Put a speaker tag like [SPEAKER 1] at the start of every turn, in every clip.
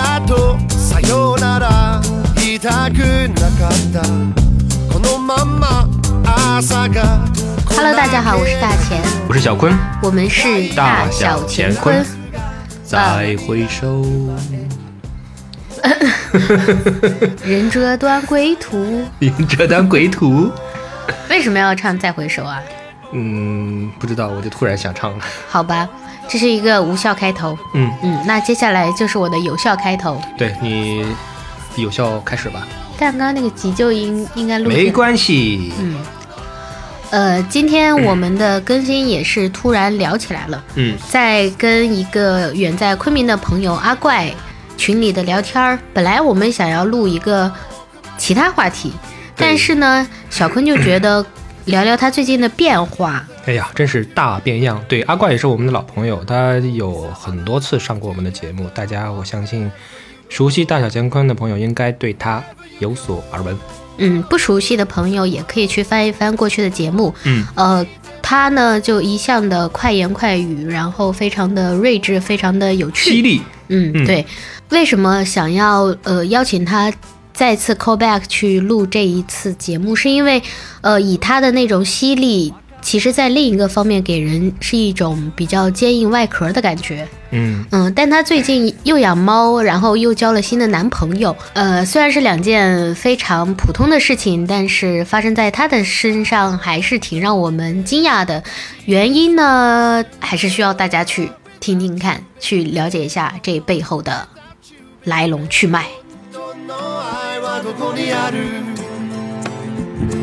[SPEAKER 1] あとさよなら言いたくなかったこのまま朝が
[SPEAKER 2] Hello，大家好，我是大钱，
[SPEAKER 3] 我是小坤，
[SPEAKER 2] 我们是
[SPEAKER 3] 大
[SPEAKER 2] 小
[SPEAKER 3] 小乾
[SPEAKER 2] 坤
[SPEAKER 3] 坤。，再回首。
[SPEAKER 2] 人折断归途。
[SPEAKER 3] 你 这段鬼土，
[SPEAKER 2] 为什么要唱《再回首》啊？
[SPEAKER 3] 嗯，不知道，我就突然想唱了。
[SPEAKER 2] 好吧，这是一个无效开头。
[SPEAKER 3] 嗯，
[SPEAKER 2] 嗯，那接下来就是我的有效开头。
[SPEAKER 3] 对你有效开始吧，
[SPEAKER 2] 但刚刚那个急救音应该录
[SPEAKER 3] 没
[SPEAKER 2] 进。
[SPEAKER 3] 关系。
[SPEAKER 2] 嗯，呃，今天我们的更新也是突然聊起来了，
[SPEAKER 3] 嗯
[SPEAKER 2] 在跟一个远在昆明的朋友阿怪群里的聊天儿。本来我们想要录一个其他话题，
[SPEAKER 3] 对
[SPEAKER 2] 但是呢，小坤就觉得聊聊他最近的变化。
[SPEAKER 3] 哎呀，真是大变样。对，阿怪也是我们的老朋友，他有很多次上过我们的节目，大家我相信熟悉大小乾坤的朋友应该对他有所耳闻。
[SPEAKER 2] 嗯，不熟悉的朋友也可以去翻一翻过去的节目。
[SPEAKER 3] 嗯，
[SPEAKER 2] 呃，他呢就一向的快言快语，然后非常的睿智，非常的有
[SPEAKER 3] 犀
[SPEAKER 2] 趣。
[SPEAKER 3] 利，
[SPEAKER 2] 嗯，
[SPEAKER 3] 嗯
[SPEAKER 2] 对。为什么想要呃邀请他再次 call back 去录这一次节目？是因为呃以他的那种犀利，其实在另一个方面给人是一种比较坚硬外壳的感觉。
[SPEAKER 3] 嗯，
[SPEAKER 2] 嗯，但她最近又养猫，然后又交了新的男朋友。呃，虽然是两件非常普通的事情，但是发生在她的身上还是挺让我们惊讶的。原因呢，还是需要大家去听听看，去了解一下这背后的来龙去脉。
[SPEAKER 1] 人の愛はどこにある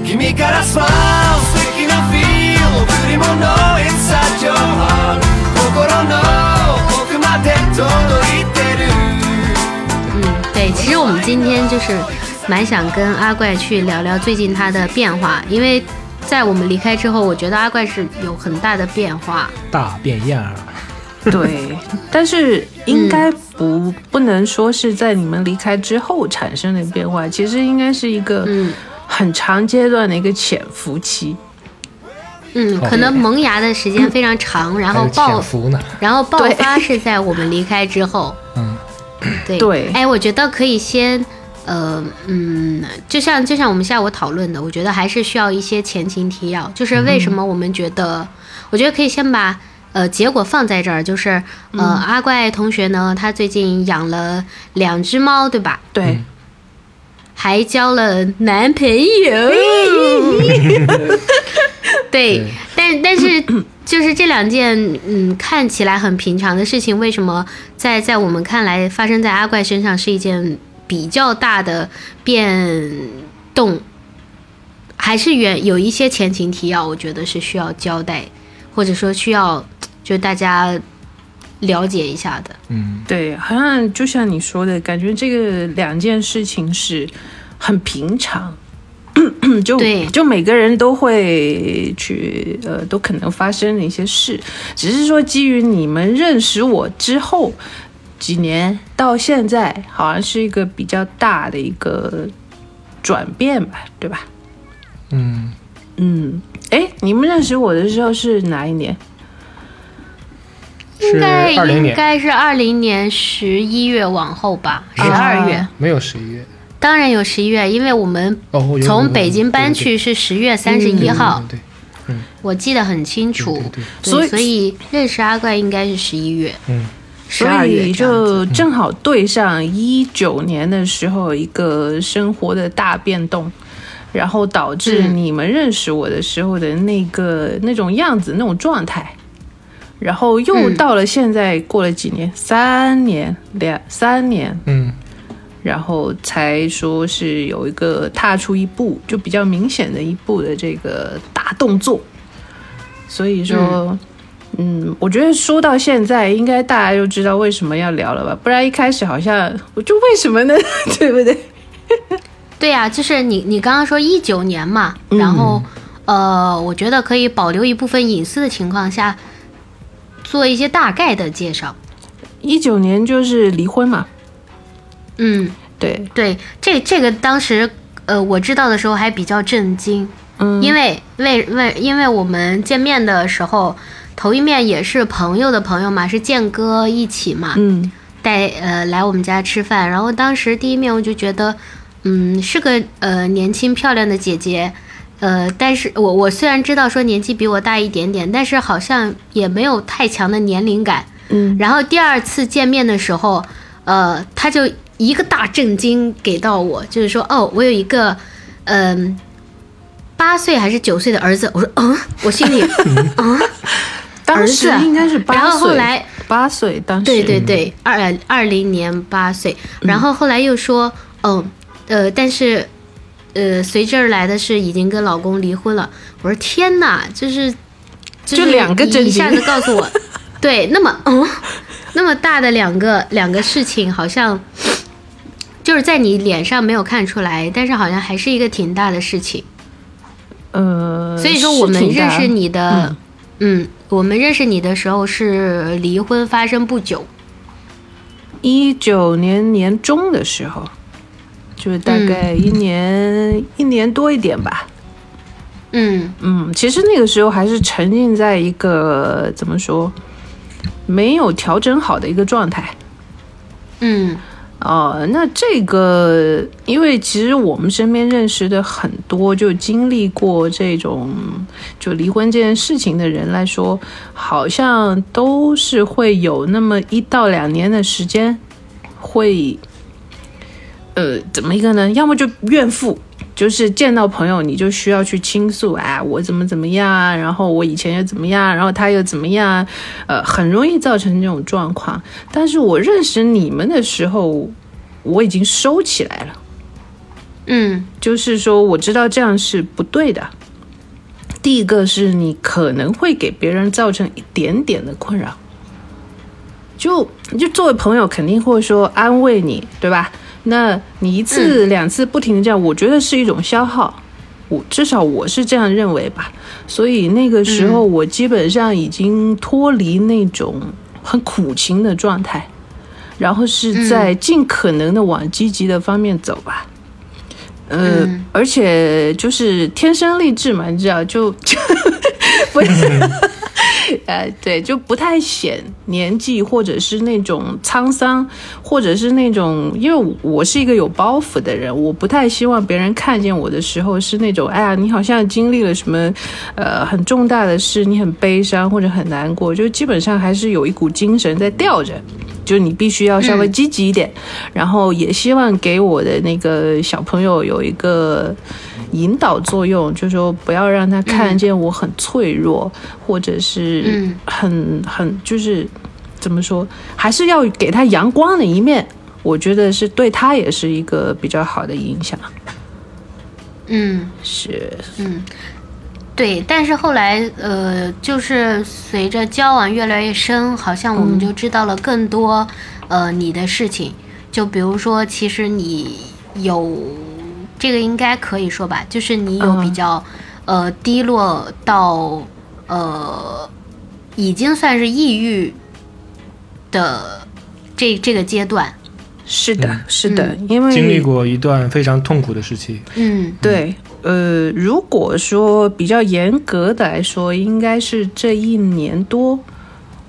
[SPEAKER 1] 君からスマイル素敵なフィール贈り物 Inside your heart 心の奥まで届いてる
[SPEAKER 2] 嗯，对，其实我们今天就是蛮想跟阿怪去聊聊最近他的变化，因为在我们离开之后，我觉得阿怪是有很大的变化。
[SPEAKER 3] 大变样。
[SPEAKER 4] 对，但是应该不不能说是在你们离开之后产生的变化，其实应该是一个
[SPEAKER 2] 嗯
[SPEAKER 4] 很长阶段的一个潜伏期。
[SPEAKER 2] 嗯，
[SPEAKER 3] 哦
[SPEAKER 2] 可能萌芽的时间非常长，然
[SPEAKER 3] 还
[SPEAKER 2] 后
[SPEAKER 3] 有
[SPEAKER 2] 爆
[SPEAKER 3] 潜，伏呢。
[SPEAKER 2] 然后爆发是在我们离开之后。
[SPEAKER 3] 嗯，
[SPEAKER 2] 对
[SPEAKER 4] 对
[SPEAKER 2] 哎，我觉得可以先，呃，嗯，就像就像我们下午讨论的，我觉得还是需要一些前情提要，就是为什么
[SPEAKER 3] 嗯
[SPEAKER 2] 我们觉得，呃我觉得可以先把。呃，结果放在这儿，就是
[SPEAKER 3] 嗯
[SPEAKER 2] 呃，阿怪同学呢，他最近养了两只猫，对吧？
[SPEAKER 4] 对，
[SPEAKER 2] 还交了男朋友。对，但但是就是这两件嗯看起来很平常的事情，为什么在在我们看来发生在阿怪身上是一件比较大的变动？还是原有一些前情提要，我觉得是需要交代，或者说需要就大家了解一下的。
[SPEAKER 3] 嗯，
[SPEAKER 4] 对，好像就像你说的，感觉这个两件事情是很平常， 就
[SPEAKER 2] 对
[SPEAKER 4] 就每个人都会去呃，都可能发生的一些事，只是说基于你们认识我之后几年到现在，好像是一个比较大的一个转变吧，对吧？
[SPEAKER 3] 嗯，
[SPEAKER 4] 嗯，哎，你们认识我的时候是哪一年？
[SPEAKER 3] 是
[SPEAKER 2] 该
[SPEAKER 3] 二零
[SPEAKER 2] 应
[SPEAKER 3] 年，
[SPEAKER 2] 该是二零年十一月往后吧，十二
[SPEAKER 4] 啊
[SPEAKER 2] 月、
[SPEAKER 3] 没有十一月。
[SPEAKER 2] 当然有十一月，因为我们
[SPEAKER 3] 哦，有有有
[SPEAKER 2] 从北京搬
[SPEAKER 3] 对对嗯
[SPEAKER 2] 去是十月三十一
[SPEAKER 3] 对
[SPEAKER 2] 号，
[SPEAKER 3] 对对
[SPEAKER 2] 我记得很清楚。
[SPEAKER 3] 对对
[SPEAKER 2] 对
[SPEAKER 4] 所以
[SPEAKER 2] 所以认识阿怪应该是十一月，
[SPEAKER 3] 嗯，
[SPEAKER 2] 十
[SPEAKER 4] 所
[SPEAKER 2] 二月
[SPEAKER 4] 以
[SPEAKER 2] 这样子
[SPEAKER 4] 就正好对上一九年的时候一个生活的大变动，然后导致
[SPEAKER 2] 嗯
[SPEAKER 4] 你们认识我的时候的那个那种样子、那种状态，然后又
[SPEAKER 2] 嗯
[SPEAKER 4] 到了现在，过了几年，三年两三年，
[SPEAKER 3] 嗯
[SPEAKER 4] 然后才说是有一个踏出一步，就比较明显的一步的这个大动作。所以说，嗯我觉得说到现在，应该大家就知道为什么要聊了吧？不然一开始好像我就为什么呢？ 对不对？
[SPEAKER 2] 对呀、就是你你刚刚说一九年嘛，
[SPEAKER 4] 嗯
[SPEAKER 2] 然后、呃，我觉得可以保留一部分隐私的情况下，做一些大概的介绍。
[SPEAKER 4] 一九年就是离婚嘛，
[SPEAKER 2] 嗯，
[SPEAKER 4] 对，
[SPEAKER 2] 对，这这个当时呃我知道的时候还比较震惊，
[SPEAKER 4] 嗯，
[SPEAKER 2] 因为为为因为我们见面的时候，头一面也是朋友的朋友嘛，是健哥一起嘛，
[SPEAKER 4] 嗯
[SPEAKER 2] 带呃来我们家吃饭，然后当时第一面我就觉得，嗯，是个呃年轻漂亮的姐姐，呃，但是我我虽然知道说年纪比我大一点点，但是好像也没有太强的年龄感。
[SPEAKER 4] 嗯，
[SPEAKER 2] 然后第二次见面的时候，呃，他就一个大震惊给到我，就是说，哦，我有一个，嗯、八岁还是九岁的儿子。我说，嗯，我心 里，
[SPEAKER 4] 当时
[SPEAKER 2] 儿子啊
[SPEAKER 4] 应该是八岁，
[SPEAKER 2] 然后后来
[SPEAKER 4] 八岁，当时
[SPEAKER 2] 对对对，二呃二零年八岁，然后后来又说，
[SPEAKER 4] 嗯
[SPEAKER 2] 哦，呃，但是，呃，随之而来的是已经跟老公离婚了。我说天哪，就是，
[SPEAKER 4] 就是两个
[SPEAKER 2] 一
[SPEAKER 4] 震
[SPEAKER 2] 一下
[SPEAKER 4] 惊
[SPEAKER 2] 子告诉我， 对，那么嗯，那么大的两个两个事情，好像就是在你脸上没有看出来，但是好像还是一个挺大的事情。
[SPEAKER 4] 呃，
[SPEAKER 2] 所以说，我
[SPEAKER 4] 是
[SPEAKER 2] 们
[SPEAKER 4] 挺
[SPEAKER 2] 认
[SPEAKER 4] 大
[SPEAKER 2] 识你的，嗯我们认识你的时候是离婚发生不久，
[SPEAKER 4] 一九年年中的时候，就是大概一年、一年多一点吧。
[SPEAKER 2] 嗯。
[SPEAKER 4] 嗯，其实那个时候还是沉浸在一个怎么说，没有调整好的一个状态。
[SPEAKER 2] 嗯
[SPEAKER 4] 哦，那这个，因为其实我们身边认识的很多就经历过这种就离婚这件事情的人来说，好像都是会有那么一到两年的时间会，呃，怎么一个呢？要么就怨妇。就是见到朋友，你就需要去倾诉，哎，我怎么怎么样啊，然后我以前又怎么样，然后他又怎么样啊，呃，很容易造成这种状况。但是我认识你们的时候，我已经收起来了，
[SPEAKER 2] 嗯
[SPEAKER 4] 就是说我知道这样是不对的。第一个是你可能会给别人造成一点点的困扰，就就作为朋友肯定会说安慰你，对吧？那你一次、两次不停的这样，我觉得是一种消耗，我至少我是这样认为吧。所以那个时候我基本上已经脱离那种很苦情的状态，然后是在尽可能的往积极的方面走吧。呃，
[SPEAKER 2] 嗯
[SPEAKER 4] 而且就是天生丽质嘛，你知道，就就 不是，呃，对，就不太显年纪，或者是那种沧桑，或者是那种，因为我是一个有包袱的人，我不太希望别人看见我的时候是那种，哎呀，你好像经历了什么，呃，很重大的事，你很悲伤或者很难过，就基本上还是有一股精神在吊着。就是你必须要稍微积极一点，然后也希望给我的那个小朋友有一个引导作用，就是说不要让他看见我很脆弱，或者是
[SPEAKER 2] 嗯
[SPEAKER 4] 很很就是怎么说，还是要给他阳光的一面。我觉得是对他也是一个比较好的影响。
[SPEAKER 2] 嗯，
[SPEAKER 4] 是，
[SPEAKER 2] 对。但是后来，呃，就是随着交往越来越深，好像我们就知道了更多，呃，你的事情。就比如说，其实你有这个应该可以说吧，就是你有
[SPEAKER 4] 嗯
[SPEAKER 2] 比较，呃，低落到呃，已经算是抑郁的这这个阶段。
[SPEAKER 4] 是的，是的，因为
[SPEAKER 3] 嗯经历过一段非常痛苦的时期，
[SPEAKER 2] 嗯
[SPEAKER 4] 对，呃，如果说比较严格的来说，应该是这一年多，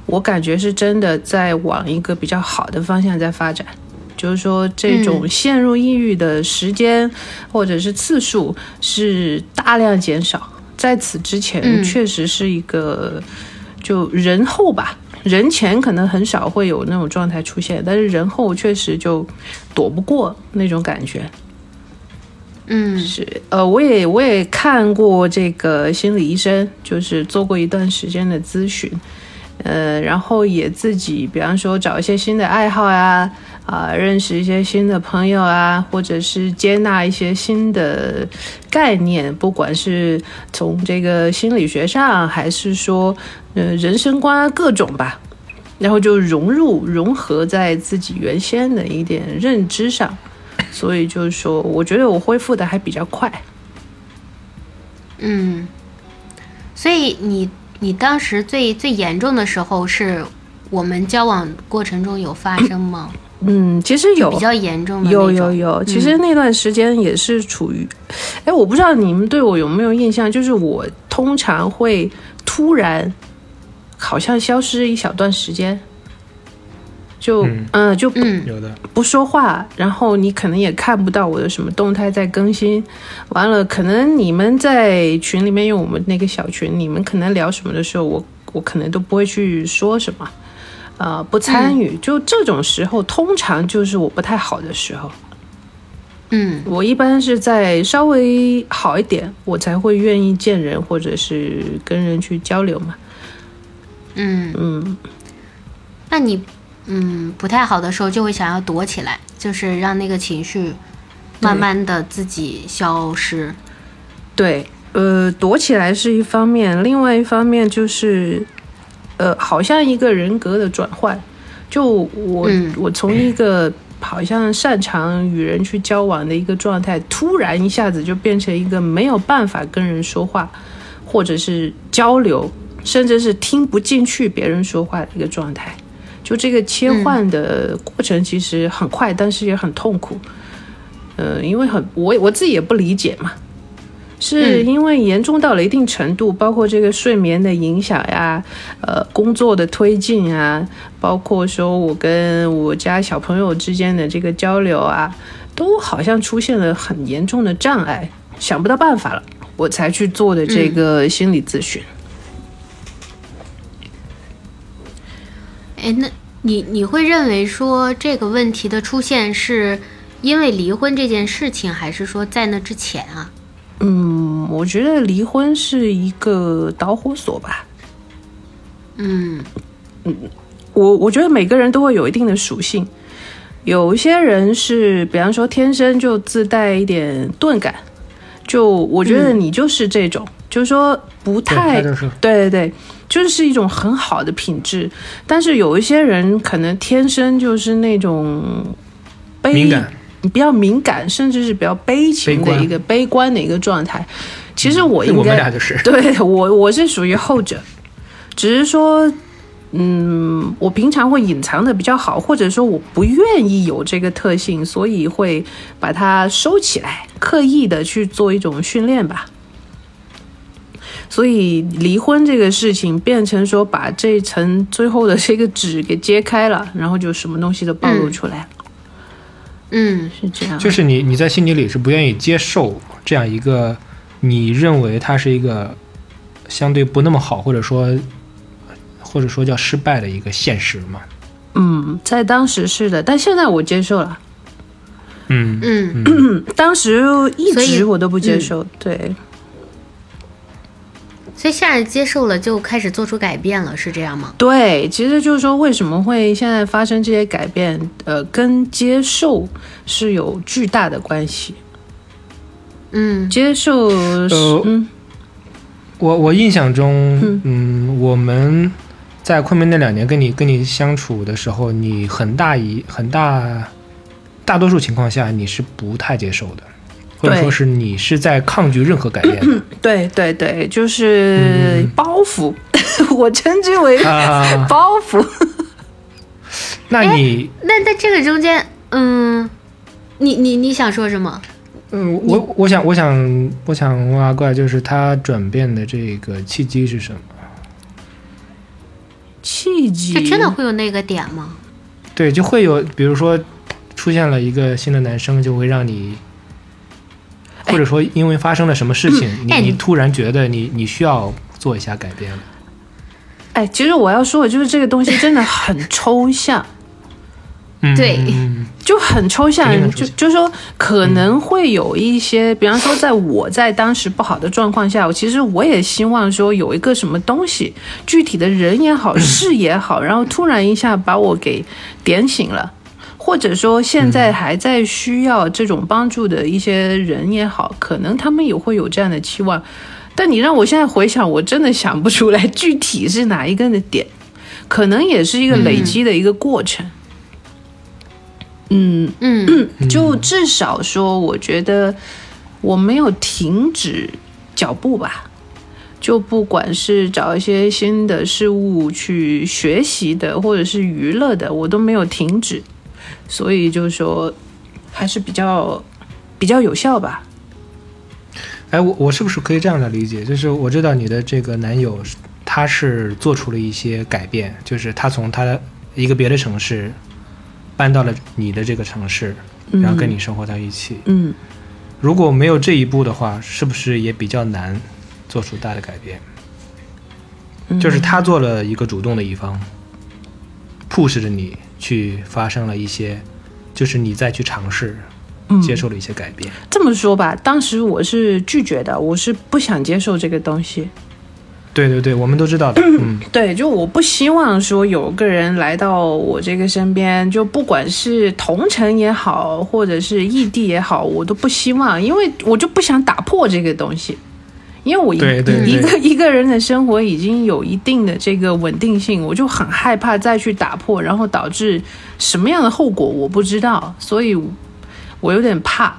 [SPEAKER 4] 我感觉是真的在往一个比较好的方向在发展。就是说，这种陷入抑郁的时间或者是次数是大量减少。在此之前，
[SPEAKER 2] 嗯
[SPEAKER 4] 确实是一个就人后吧，人前可能很少会有那种状态出现，但是人后确实就躲不过那种感觉。
[SPEAKER 2] 嗯
[SPEAKER 4] 是，呃，我也我也看过这个心理医生，就是做过一段时间的咨询，呃，然后也自己，比方说找一些新的爱好呀、啊，认识一些新的朋友啊，或者是接纳一些新的概念，不管是从这个心理学上，还是说，呃，人生观啊各种吧，然后就融入融合在自己原先的一点认知上。所以就是说，我觉得我恢复的还比较快。
[SPEAKER 2] 嗯。所以你你当时最最严重的时候是我们交往过程中有发生吗？
[SPEAKER 4] 嗯，其实有
[SPEAKER 2] 比较严重的那
[SPEAKER 4] 有
[SPEAKER 2] 种
[SPEAKER 4] 有有，其实那段时间也是处于，哎、我不知道你们对我有没有印象，就是我通常会突然好像消失一小段时间，就
[SPEAKER 3] 嗯
[SPEAKER 4] 嗯、呃就
[SPEAKER 2] 嗯，
[SPEAKER 3] 有的，
[SPEAKER 4] 不说话，然后你可能也看不到我的什么动态在更新。完了，可能你们在群里面，因为我们那个小群，你们可能聊什么的时候，我我可能都不会去说什么，呃，不参与。就这种时候，通常就是我不太好的时候。
[SPEAKER 2] 嗯
[SPEAKER 4] 我一般是在稍微好一点，我才会愿意见人或者是跟人去交流嘛。
[SPEAKER 2] 嗯
[SPEAKER 4] 嗯，
[SPEAKER 2] 那你嗯不太好的时候，就会想要躲起来，就是让那个情绪慢慢的自己消失。
[SPEAKER 4] 对，呃，躲起来是一方面，另外一方面就是，呃，好像一个人格的转换。就我、
[SPEAKER 2] 嗯
[SPEAKER 4] 我从一个好像擅长与人去交往的一个状态，突然一下子就变成一个没有办法跟人说话，或者是交流，甚至是听不进去别人说话的一个状态。就这个切换的过程其实很快，但是也很痛苦。呃，因为很我我自己也不理解嘛，是
[SPEAKER 2] 嗯
[SPEAKER 4] 因为严重到了一定程度，包括这个睡眠的影响呀，呃，工作的推进啊，包括说我跟我家小朋友之间的这个交流啊，都好像出现了很严重的障碍，想不到办法了，我才去做的这个心理咨询。
[SPEAKER 2] 哎，那你你会认为说这个问题的出现是因为离婚这件事情，还是说在那之前啊？
[SPEAKER 4] 嗯，我觉得离婚是一个导火索吧。
[SPEAKER 2] 嗯
[SPEAKER 4] 我我觉得每个人都会有一定的属性，有一些人是，比方说天生就自带一点钝感，就我觉得你就是这种，就是说不太
[SPEAKER 3] 对他就是
[SPEAKER 4] 对对对，就是一种很好的品质。但是有一些人可能天生就是那种悲
[SPEAKER 3] 敏感，
[SPEAKER 4] 比较敏感，甚至是比较悲
[SPEAKER 3] 悲
[SPEAKER 4] 情的
[SPEAKER 3] 观
[SPEAKER 4] 一个悲观的一个状态。其实我应该啊
[SPEAKER 3] 我们俩就是
[SPEAKER 4] 对我我是属于后者，只是说，嗯，我平常会隐藏的比较好，或者说我不愿意有这个特性，所以会把它收起来，刻意的去做一种训练吧。所以离婚这个事情变成说把这层最后的这个纸给揭开了，然后就什么东西都暴露出来了，
[SPEAKER 2] 嗯
[SPEAKER 4] 是这样。
[SPEAKER 3] 就是你你在心底里是不愿意接受这样一个你认为它是一个相对不那么好，或者说或者说叫失败的一个现实嘛？
[SPEAKER 4] 嗯，在当时是的，但现在我接受了。
[SPEAKER 3] 嗯，
[SPEAKER 2] 嗯
[SPEAKER 4] 当时一
[SPEAKER 2] 所以嗯
[SPEAKER 4] 直我都不接受，对，
[SPEAKER 2] 所以现在接受了，就开始做出改变了，是这样吗？
[SPEAKER 4] 对，其实就是说，为什么会现在发生这些改变，呃，跟接受是有巨大的关系。
[SPEAKER 2] 嗯
[SPEAKER 4] 接受是，
[SPEAKER 3] 呃
[SPEAKER 4] 嗯
[SPEAKER 3] 我我印象中，
[SPEAKER 4] 嗯
[SPEAKER 3] 嗯我们在昆明那两年跟你跟你相处的时候，你很大一很大大多数情况下你是不太接受的，或者
[SPEAKER 4] 对
[SPEAKER 3] 说是你是在抗拒任何改变 的
[SPEAKER 4] 对对对，就是包袱， 我称之为
[SPEAKER 3] 嗯啊。
[SPEAKER 4] 包袱。
[SPEAKER 3] 那你，
[SPEAKER 2] 那在这个中间，嗯，你你你想说什么？
[SPEAKER 3] 嗯，我我想我想我想问阿怪，就是他转变的这个契机是什么？
[SPEAKER 4] 契机
[SPEAKER 2] 就真的会有那个点吗？
[SPEAKER 3] 对，就会有，比如说出现了一个新的男生，就会让你，或者说因为发生了什么事情，
[SPEAKER 2] 哎
[SPEAKER 3] 你
[SPEAKER 2] 你
[SPEAKER 3] 你突然觉得你你需要做一下改变了。
[SPEAKER 4] 哎，其实我要说的就是这个东西真的很抽象，
[SPEAKER 3] 嗯
[SPEAKER 2] 对
[SPEAKER 3] 嗯
[SPEAKER 4] 就很抽象
[SPEAKER 3] 肯定，很抽
[SPEAKER 4] 就
[SPEAKER 3] 象
[SPEAKER 4] 就说可能会有一些，比方说，在我在当时不好的状况下，我其实我也希望说有一个什么东西，具体的人也好，事 也好，然后突然一下把我给点醒了。或者说，现在还在需要这种帮助的一些人也好，可能他们也会有这样的期望。但你让我现在回想，我真的想不出来具体是哪一个的点，可能也是一个
[SPEAKER 3] 嗯
[SPEAKER 4] 累积的一个过程。嗯，
[SPEAKER 2] 嗯
[SPEAKER 4] 就至少说，我觉得我没有停止脚步吧。就不管是找一些新的事物去学习的，或者是娱乐的，我都没有停止，所以就说还是比较比较有效吧。
[SPEAKER 3] 哎，我我是不是可以这样来理解？就是我知道你的这个男友是，他是做出了一些改变，就是他从他的一个别的城市搬到了你的这个城市，然后跟你生活在一起。
[SPEAKER 4] 嗯，
[SPEAKER 3] 如果没有这一步的话，是不是也比较难做出大的改变？就是他做了一个主动的一方，push 着你去发生了一些，就是你再去尝试，接受了一些改变。
[SPEAKER 4] 这么说吧，当时我是拒绝的，我是不想接受这个东西。
[SPEAKER 3] 对对对，我们都知道的。嗯，
[SPEAKER 4] 对，就我不希望说有个人来到我这个身边，就不管是同城也好，或者是异地也好，我都不希望，因为我就不想打破这个东西。因为我一
[SPEAKER 3] 对对
[SPEAKER 4] 一
[SPEAKER 3] 对
[SPEAKER 4] 个一个人的生活已经有一定的这个稳定性，我就很害怕再去打破，然后导致什么样的后果我不知道，所以我有点怕。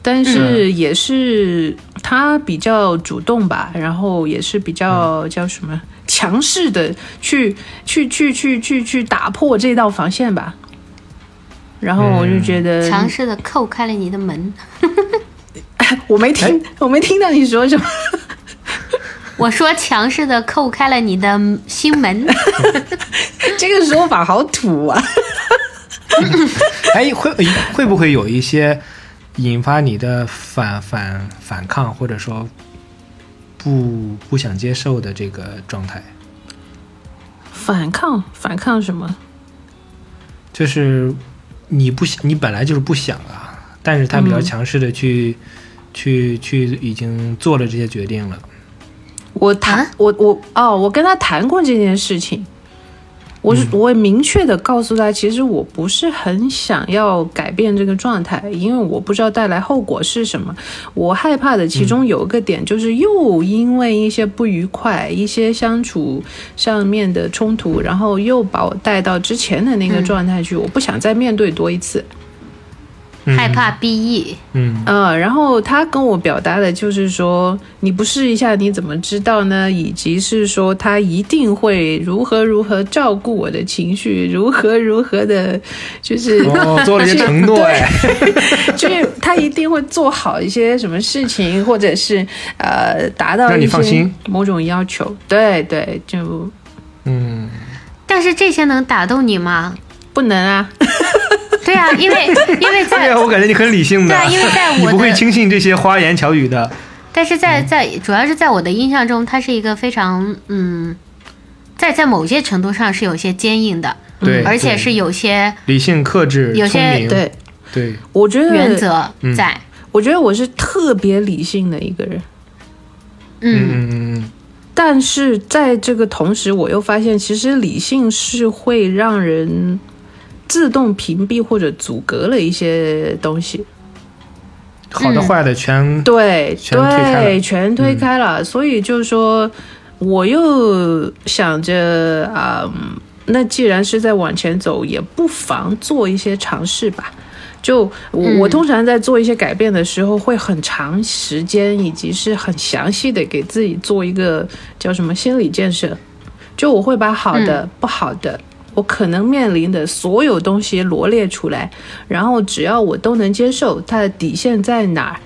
[SPEAKER 4] 但是也是他比较主动吧，然后也是比较叫什么强势的去去去去去去打破这道防线吧。然后我就觉
[SPEAKER 3] 嗯
[SPEAKER 4] 得，
[SPEAKER 2] 强势的叩开了你的门。
[SPEAKER 4] 我没听，我没听到你说什么。
[SPEAKER 2] 我说强势的叩开了你的心门，
[SPEAKER 4] 这个说法好土啊！
[SPEAKER 3] 哎，会会不会有一些引发你的反反反抗，或者说不不想接受的这个状态？
[SPEAKER 4] 反抗，反抗什么？
[SPEAKER 3] 就是你不想，你本来就是不想啊，但是他
[SPEAKER 2] 嗯
[SPEAKER 3] 比较强势的去、去去已经做了这些决定了。
[SPEAKER 4] 我谈、我我哦，我跟他谈过这件事情，我是、我也明确的告诉他，其实我不是很想要改变这个状态，因为我不知道带来后果是什么。我害怕的其中有一个点就是又因为一些不愉快、一些相处上面的冲突，然后又把我带到之前的那个状态去，我不想再面对多一次。
[SPEAKER 3] 嗯
[SPEAKER 2] 害怕 BE，
[SPEAKER 3] 嗯，
[SPEAKER 4] 嗯，然后他跟我表达的就是说，你不试一下你怎么知道呢？以及是说他一定会如何如何照顾我的情绪，如何如何的，就是
[SPEAKER 3] 哦，做了一些承诺哎，
[SPEAKER 4] 就是他一定会做好一些什么事情，或者是呃达到
[SPEAKER 3] 让你
[SPEAKER 4] 一
[SPEAKER 3] 放
[SPEAKER 4] 些
[SPEAKER 3] 心
[SPEAKER 4] 某种要求。对对，就
[SPEAKER 3] 嗯，
[SPEAKER 2] 但是这些能打动你吗？
[SPEAKER 4] 不能啊。
[SPEAKER 2] 对啊，因 为因为
[SPEAKER 3] 对
[SPEAKER 2] 在
[SPEAKER 3] 啊，我感觉你很理性的，
[SPEAKER 2] 对啊，因为在
[SPEAKER 3] 你
[SPEAKER 2] 我
[SPEAKER 3] 不会
[SPEAKER 2] 的，嗯
[SPEAKER 3] 轻信这些花言巧语的。
[SPEAKER 2] 但是在
[SPEAKER 3] 嗯
[SPEAKER 2] 在主要是在我的印象中，他是一个非常嗯，在在某些程度上是有些坚硬的，
[SPEAKER 3] 对，
[SPEAKER 2] 而且
[SPEAKER 3] 对
[SPEAKER 2] 是有些
[SPEAKER 3] 理性、克制、
[SPEAKER 2] 有些
[SPEAKER 3] 聪明，
[SPEAKER 4] 对，
[SPEAKER 3] 对，
[SPEAKER 4] 我觉
[SPEAKER 3] 嗯
[SPEAKER 4] 得
[SPEAKER 2] 原则在。
[SPEAKER 4] 我觉得我是特别理性的一个人。
[SPEAKER 3] 嗯
[SPEAKER 2] 嗯，
[SPEAKER 3] 嗯嗯嗯，
[SPEAKER 4] 但是在这个同时，我又发现，其实理性是会让人自动屏蔽或者阻隔了一些东西。
[SPEAKER 3] 好的坏的全
[SPEAKER 4] 对
[SPEAKER 3] 全推开了嗯
[SPEAKER 4] 对，全推开了。所以就是说，我又想着啊、嗯那既然是在往前走，也不妨做一些尝试吧。就我、
[SPEAKER 2] 嗯
[SPEAKER 4] 我通常在做一些改变的时候，会很长时间以及是很详细的给自己做一个叫什么心理建设。就我会把好的、不好的，我可能面临的所有东西罗列出来，然后只要我都能接受，它的底线在哪儿，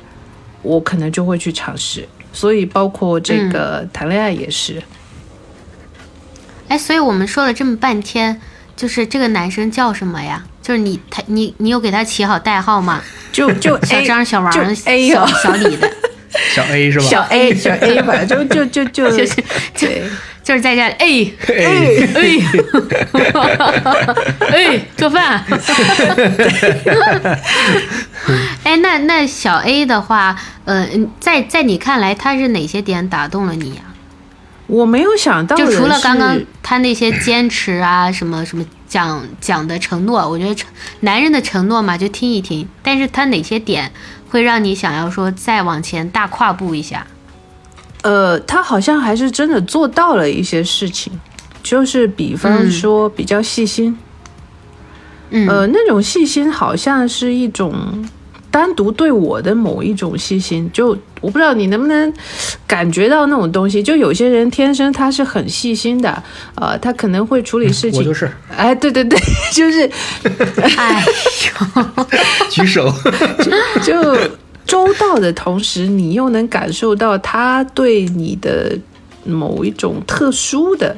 [SPEAKER 4] 我可能就会去尝试。所以包括这
[SPEAKER 2] 嗯
[SPEAKER 4] 个谈恋爱也是，
[SPEAKER 2] 哎，所以我们说了这么半天，就是这个男生叫什么呀？就是你他你你有给他起好代号吗？
[SPEAKER 4] 就 就
[SPEAKER 2] 小
[SPEAKER 4] A
[SPEAKER 2] 张、小王、
[SPEAKER 4] 就 A
[SPEAKER 2] 小
[SPEAKER 4] 哦
[SPEAKER 2] 小李的，
[SPEAKER 3] 小 A 是吧？
[SPEAKER 4] 小 A 小 A 吧，就就就就
[SPEAKER 2] 就是
[SPEAKER 4] 对，
[SPEAKER 2] 就是在家里哎
[SPEAKER 3] A，
[SPEAKER 2] 哎 哎做饭。 哎，那那小 A 的话，呃，在在你看来，他是哪些点打动了你呀、
[SPEAKER 4] 我没有想到的，
[SPEAKER 2] 就是除了刚刚他那些坚持啊，什么什么讲讲的承诺，我觉得承男人的承诺嘛，就听一听。但是他哪些点会让你想要说再往前大跨步一 下？
[SPEAKER 4] 呃，他好像还是真的做到了一些事情，就是比方
[SPEAKER 2] 嗯
[SPEAKER 4] 说比较细心。
[SPEAKER 2] 嗯，
[SPEAKER 4] 呃，那种细心好像是一种单独对我的某一种细心，就我不知道你能不能感觉到那种东西。就有些人天生他是很细心的，呃，他可能会处理事
[SPEAKER 3] 嗯我
[SPEAKER 4] 情。
[SPEAKER 3] 就是
[SPEAKER 4] 哎，对对对， 就是
[SPEAKER 2] 哎，
[SPEAKER 3] 举手。
[SPEAKER 4] 就周到的同时，你又能感受到他对你的某一种特殊的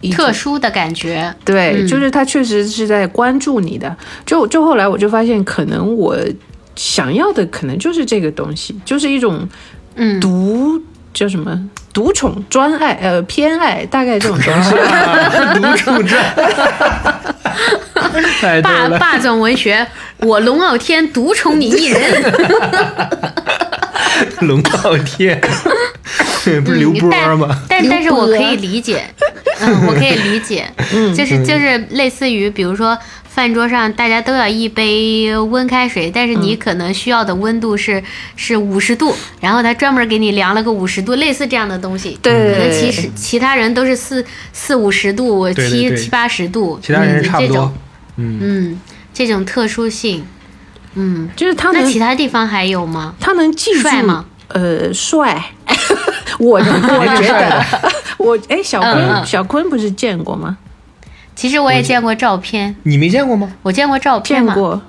[SPEAKER 4] 一
[SPEAKER 2] 特
[SPEAKER 4] 种
[SPEAKER 2] 殊的感觉，
[SPEAKER 4] 对，
[SPEAKER 2] 嗯
[SPEAKER 4] 就是他确实是在关注你的。就就后来我就发现，可能我想要的可能就是这个东西，就是一种
[SPEAKER 2] 嗯，
[SPEAKER 4] 独叫什么独宠专爱呃偏爱，大概 这种东西。
[SPEAKER 3] 独处 战，太逗
[SPEAKER 2] 霸
[SPEAKER 3] 了。
[SPEAKER 2] 霸总文学，我龙傲天独宠你一人，
[SPEAKER 3] 龙傲天，
[SPEAKER 4] 嗯
[SPEAKER 3] 不是刘波儿吗？
[SPEAKER 2] 但
[SPEAKER 4] 刘
[SPEAKER 2] 但是我
[SPEAKER 4] 伯
[SPEAKER 2] 可以理解，嗯，我可以理 解，
[SPEAKER 4] 嗯
[SPEAKER 3] 嗯
[SPEAKER 2] 就是就是类似于比如说饭桌上大家都要一杯温开水，但是你
[SPEAKER 4] 嗯
[SPEAKER 2] 可能需要的温度是是五十度，然后他专门给你量了个五十度，类似这样的东西。
[SPEAKER 4] 对
[SPEAKER 2] 可能其实其他人都是四四五十度、
[SPEAKER 3] 对对
[SPEAKER 2] 七
[SPEAKER 3] 对
[SPEAKER 2] 七八十度，
[SPEAKER 3] 其他人是差
[SPEAKER 2] 嗯
[SPEAKER 3] 不
[SPEAKER 2] 这种
[SPEAKER 3] 多。嗯，
[SPEAKER 2] 嗯，这种特殊性，嗯，
[SPEAKER 4] 就是他
[SPEAKER 2] 那
[SPEAKER 4] 能
[SPEAKER 2] 其他地方还有吗？
[SPEAKER 4] 他能记住
[SPEAKER 2] 帅吗？
[SPEAKER 4] 呃，帅。 我我
[SPEAKER 3] 哎
[SPEAKER 4] 觉得，我哎，小坤、
[SPEAKER 2] 嗯嗯
[SPEAKER 4] 小坤不是见过吗？
[SPEAKER 2] 其实我也见过照片，
[SPEAKER 3] 你没见过吗？
[SPEAKER 2] 我见过照片
[SPEAKER 4] 见
[SPEAKER 2] 嘛，
[SPEAKER 4] 过，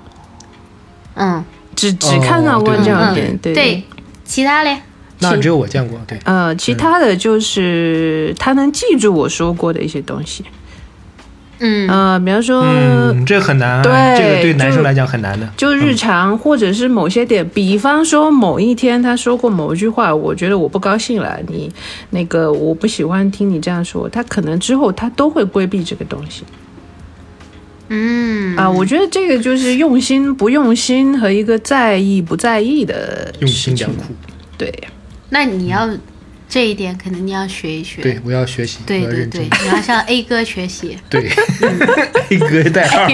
[SPEAKER 2] 嗯，
[SPEAKER 4] 只只看到过
[SPEAKER 3] 哦对
[SPEAKER 4] 这样
[SPEAKER 2] 嗯，
[SPEAKER 4] 一点，对
[SPEAKER 2] 对，其他嘞，
[SPEAKER 3] 那
[SPEAKER 4] 其
[SPEAKER 3] 只有我见过。对，
[SPEAKER 4] 呃，其他的就是他能记住我说过的一些东西，
[SPEAKER 2] 嗯
[SPEAKER 4] 呃，比方说、
[SPEAKER 3] 嗯，这很难啊，
[SPEAKER 4] 对
[SPEAKER 3] 这个对男
[SPEAKER 4] 就
[SPEAKER 3] 生来讲很难的。
[SPEAKER 4] 就日常或者是某些点，比方说某一天他说过某一句话，我觉得我不高兴了，你那个我不喜欢听你这样说，他可能之后他都会规避这个东西
[SPEAKER 2] 嗯
[SPEAKER 4] 啊、我觉得这个就是用心不用心和一个在意不在意的
[SPEAKER 3] 用
[SPEAKER 4] 事
[SPEAKER 3] 心
[SPEAKER 4] 情
[SPEAKER 3] 良，苦，
[SPEAKER 4] 对，
[SPEAKER 2] 那你要这一点，可能你要学一学，
[SPEAKER 3] 对我要学习，
[SPEAKER 2] 对
[SPEAKER 3] 我要
[SPEAKER 2] 对
[SPEAKER 3] 认
[SPEAKER 2] 对，
[SPEAKER 3] 真。
[SPEAKER 2] 你要向 A 哥学习，
[SPEAKER 3] 对 ，A 哥代号，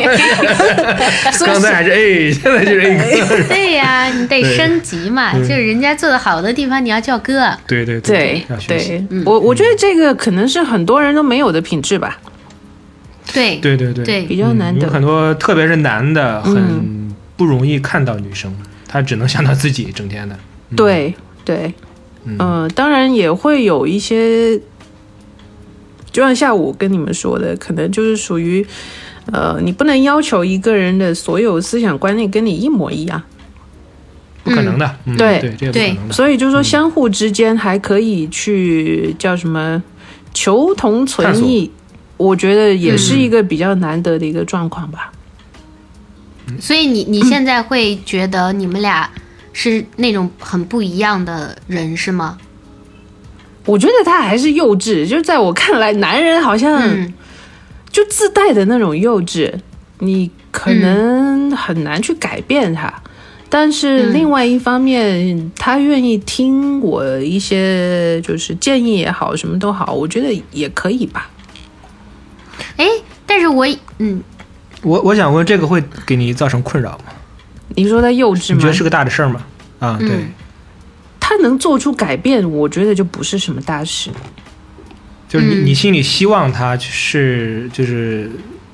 [SPEAKER 3] 刚才还是 A，现在就是 A 哥。
[SPEAKER 2] 对呀，你得
[SPEAKER 3] 对
[SPEAKER 2] 升级嘛，就是人家做的好的地方，你要叫哥，
[SPEAKER 3] 对对
[SPEAKER 4] 对
[SPEAKER 3] 要学习。
[SPEAKER 4] 对，我我觉得这个可能是很多人都没有的品质吧，
[SPEAKER 2] 对
[SPEAKER 3] 对对对
[SPEAKER 2] 对
[SPEAKER 4] 比较
[SPEAKER 3] 嗯
[SPEAKER 4] 难
[SPEAKER 3] 有很
[SPEAKER 4] 得。
[SPEAKER 3] 多，特别是男的，
[SPEAKER 4] 嗯
[SPEAKER 3] 很不容易看到女生，他只能想到自己，整天的。嗯，
[SPEAKER 4] 对对，
[SPEAKER 3] 嗯
[SPEAKER 4] 嗯，当然也会有一些，就像下午跟你们说的，可能就是属于，呃，你不能要求一个人的所有思想观念跟你一模一样，
[SPEAKER 3] 不可能的。嗯
[SPEAKER 4] 对
[SPEAKER 3] 对，这个不
[SPEAKER 2] 对
[SPEAKER 3] 可能的。
[SPEAKER 4] 所以就是说相互之间还可以去叫什么求同存异，我觉得也
[SPEAKER 3] 嗯
[SPEAKER 4] 是一个比较难得的一个状况吧。
[SPEAKER 2] 所以你你现在会觉得你们俩是那种很不一样的人是吗？
[SPEAKER 4] 我觉得他还是幼稚，就在我看来，男人好像
[SPEAKER 2] 嗯
[SPEAKER 4] 就自带的那种幼稚，你可能很难去改变他。但是
[SPEAKER 2] 嗯
[SPEAKER 4] 另外一方面，他愿意听我一些就是建议也好，什么都好，我觉得也可以吧。
[SPEAKER 2] 哎，但是我嗯，
[SPEAKER 3] 我我想问，这个会给你造成困扰吗？
[SPEAKER 4] 你说他幼稚
[SPEAKER 3] 你觉
[SPEAKER 4] 吗嗯
[SPEAKER 3] 得？是个大的事儿吗？啊，对，
[SPEAKER 4] 他能做出改变，我觉得就不是什么大事。
[SPEAKER 3] 就是你
[SPEAKER 2] 嗯
[SPEAKER 3] 你心里希望他是就是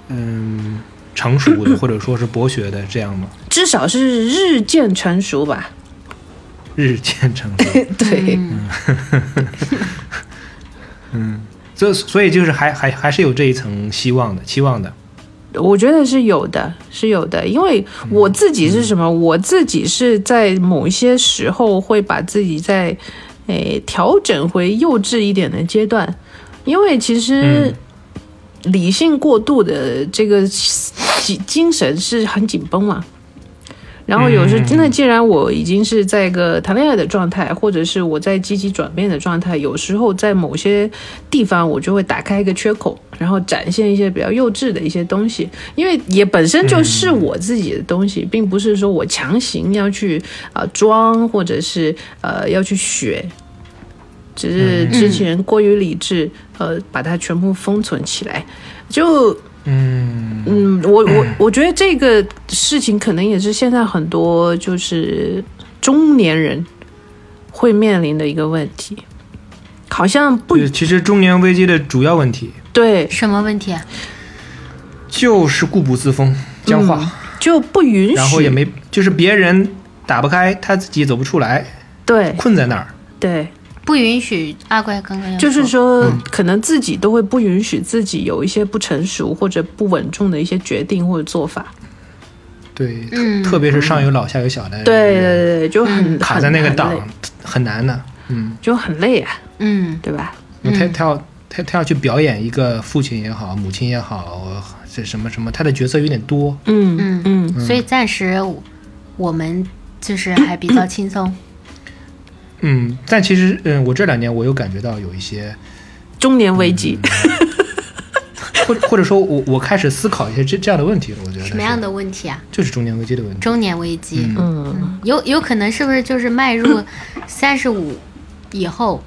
[SPEAKER 3] 嗯成熟 的，或者说是博学的这样吗？
[SPEAKER 4] 至少是日渐成熟吧。嗯
[SPEAKER 3] 日渐成熟。
[SPEAKER 4] 对，
[SPEAKER 3] 所以所以就是还还还是有这一层希望的，期望的。
[SPEAKER 4] 我觉得是有的，是有的，因为我自己是什么？我自己是在某一些时候会把自己在，诶调整回幼稚一点的阶段，因为其实理性过度的这个精精神是很紧绷嘛。然后有时
[SPEAKER 3] 嗯
[SPEAKER 4] 那既然我已经是在一个谈恋爱的状态，或者是我在积极转变的状态，有时候在某些地方我就会打开一个缺口，然后展现一些比较幼稚的一些东西，因为也本身就是我自己的东西，并不是说我强行要去啊、呃装，或者是呃要去学，只是之前过于理智，呃把它全部封存起来，就
[SPEAKER 3] 嗯，
[SPEAKER 4] 嗯，我我我觉得这个事情可能也是现在很多就是中年人会面临的一个问题，好像不
[SPEAKER 3] 对，其实中年危机的主要问题
[SPEAKER 4] 对，
[SPEAKER 2] 什么问题啊？
[SPEAKER 3] 就是固步自封、僵
[SPEAKER 4] 嗯
[SPEAKER 3] 化，
[SPEAKER 4] 就不允许，
[SPEAKER 3] 然后也没就是别人打不开，他自己也走不出
[SPEAKER 2] 哎
[SPEAKER 3] 来，
[SPEAKER 4] 对
[SPEAKER 3] 困在那儿。
[SPEAKER 4] 对，
[SPEAKER 2] 不允许阿怪刚刚要
[SPEAKER 4] 就是
[SPEAKER 2] 说，
[SPEAKER 4] 说、可能自己都会不允许自己有一些不成熟或者不稳重的一些决定或者做法，
[SPEAKER 3] 嗯对，特、
[SPEAKER 2] 嗯
[SPEAKER 3] 特别是上有老下有小的，
[SPEAKER 4] 对对对，对就很、
[SPEAKER 3] 嗯卡在那个
[SPEAKER 4] 很累
[SPEAKER 3] 档很难的。嗯，
[SPEAKER 4] 就很累啊，
[SPEAKER 2] 嗯
[SPEAKER 4] 对吧？
[SPEAKER 3] 他他要他他要去表演一个父亲也好，母亲也好，这什么什么，他的角色有点多。
[SPEAKER 4] 嗯嗯，
[SPEAKER 2] 所以暂时我们就是还比较轻松。
[SPEAKER 3] 嗯，但其实嗯，我这两年我有感觉到有一些，
[SPEAKER 4] 中年危机，
[SPEAKER 3] 或 或者说我我开始思考一些这这样的问题了。我觉得
[SPEAKER 2] 什么样
[SPEAKER 3] 是
[SPEAKER 2] 的问题啊？
[SPEAKER 3] 就是中年危机的问题。
[SPEAKER 2] 中年危机，
[SPEAKER 3] 嗯
[SPEAKER 4] 嗯，
[SPEAKER 2] 有有可能是不是就是迈入三十五以后？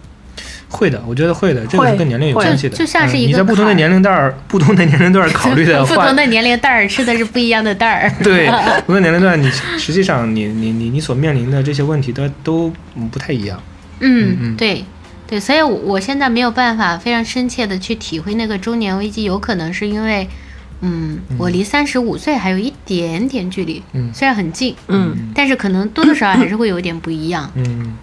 [SPEAKER 3] 会的，我觉得会的，这个是
[SPEAKER 4] 会
[SPEAKER 3] 跟年龄有
[SPEAKER 4] 会
[SPEAKER 3] 关系的。
[SPEAKER 2] 就像是一个
[SPEAKER 3] 嗯你在不同的
[SPEAKER 2] 坎儿
[SPEAKER 3] 年龄段儿，不同的年龄段儿考虑
[SPEAKER 4] 呃
[SPEAKER 3] 的
[SPEAKER 2] 不
[SPEAKER 3] 话
[SPEAKER 2] 同，的年龄段儿吃的是不一样的蛋儿。
[SPEAKER 3] 对不同的年龄段，你实际上你你你你所面临的这些问题都都嗯不太一样。嗯
[SPEAKER 2] 嗯，
[SPEAKER 3] 嗯
[SPEAKER 2] 对对，所以我我现在没有办法非常深切的去体会那个中年危机，有可能是因为，嗯，我离三十五岁还有一点点距离，
[SPEAKER 3] 嗯
[SPEAKER 2] 虽然很近，
[SPEAKER 4] 嗯，
[SPEAKER 2] 但是可能多多少少还是会有一点不一样。
[SPEAKER 3] 嗯，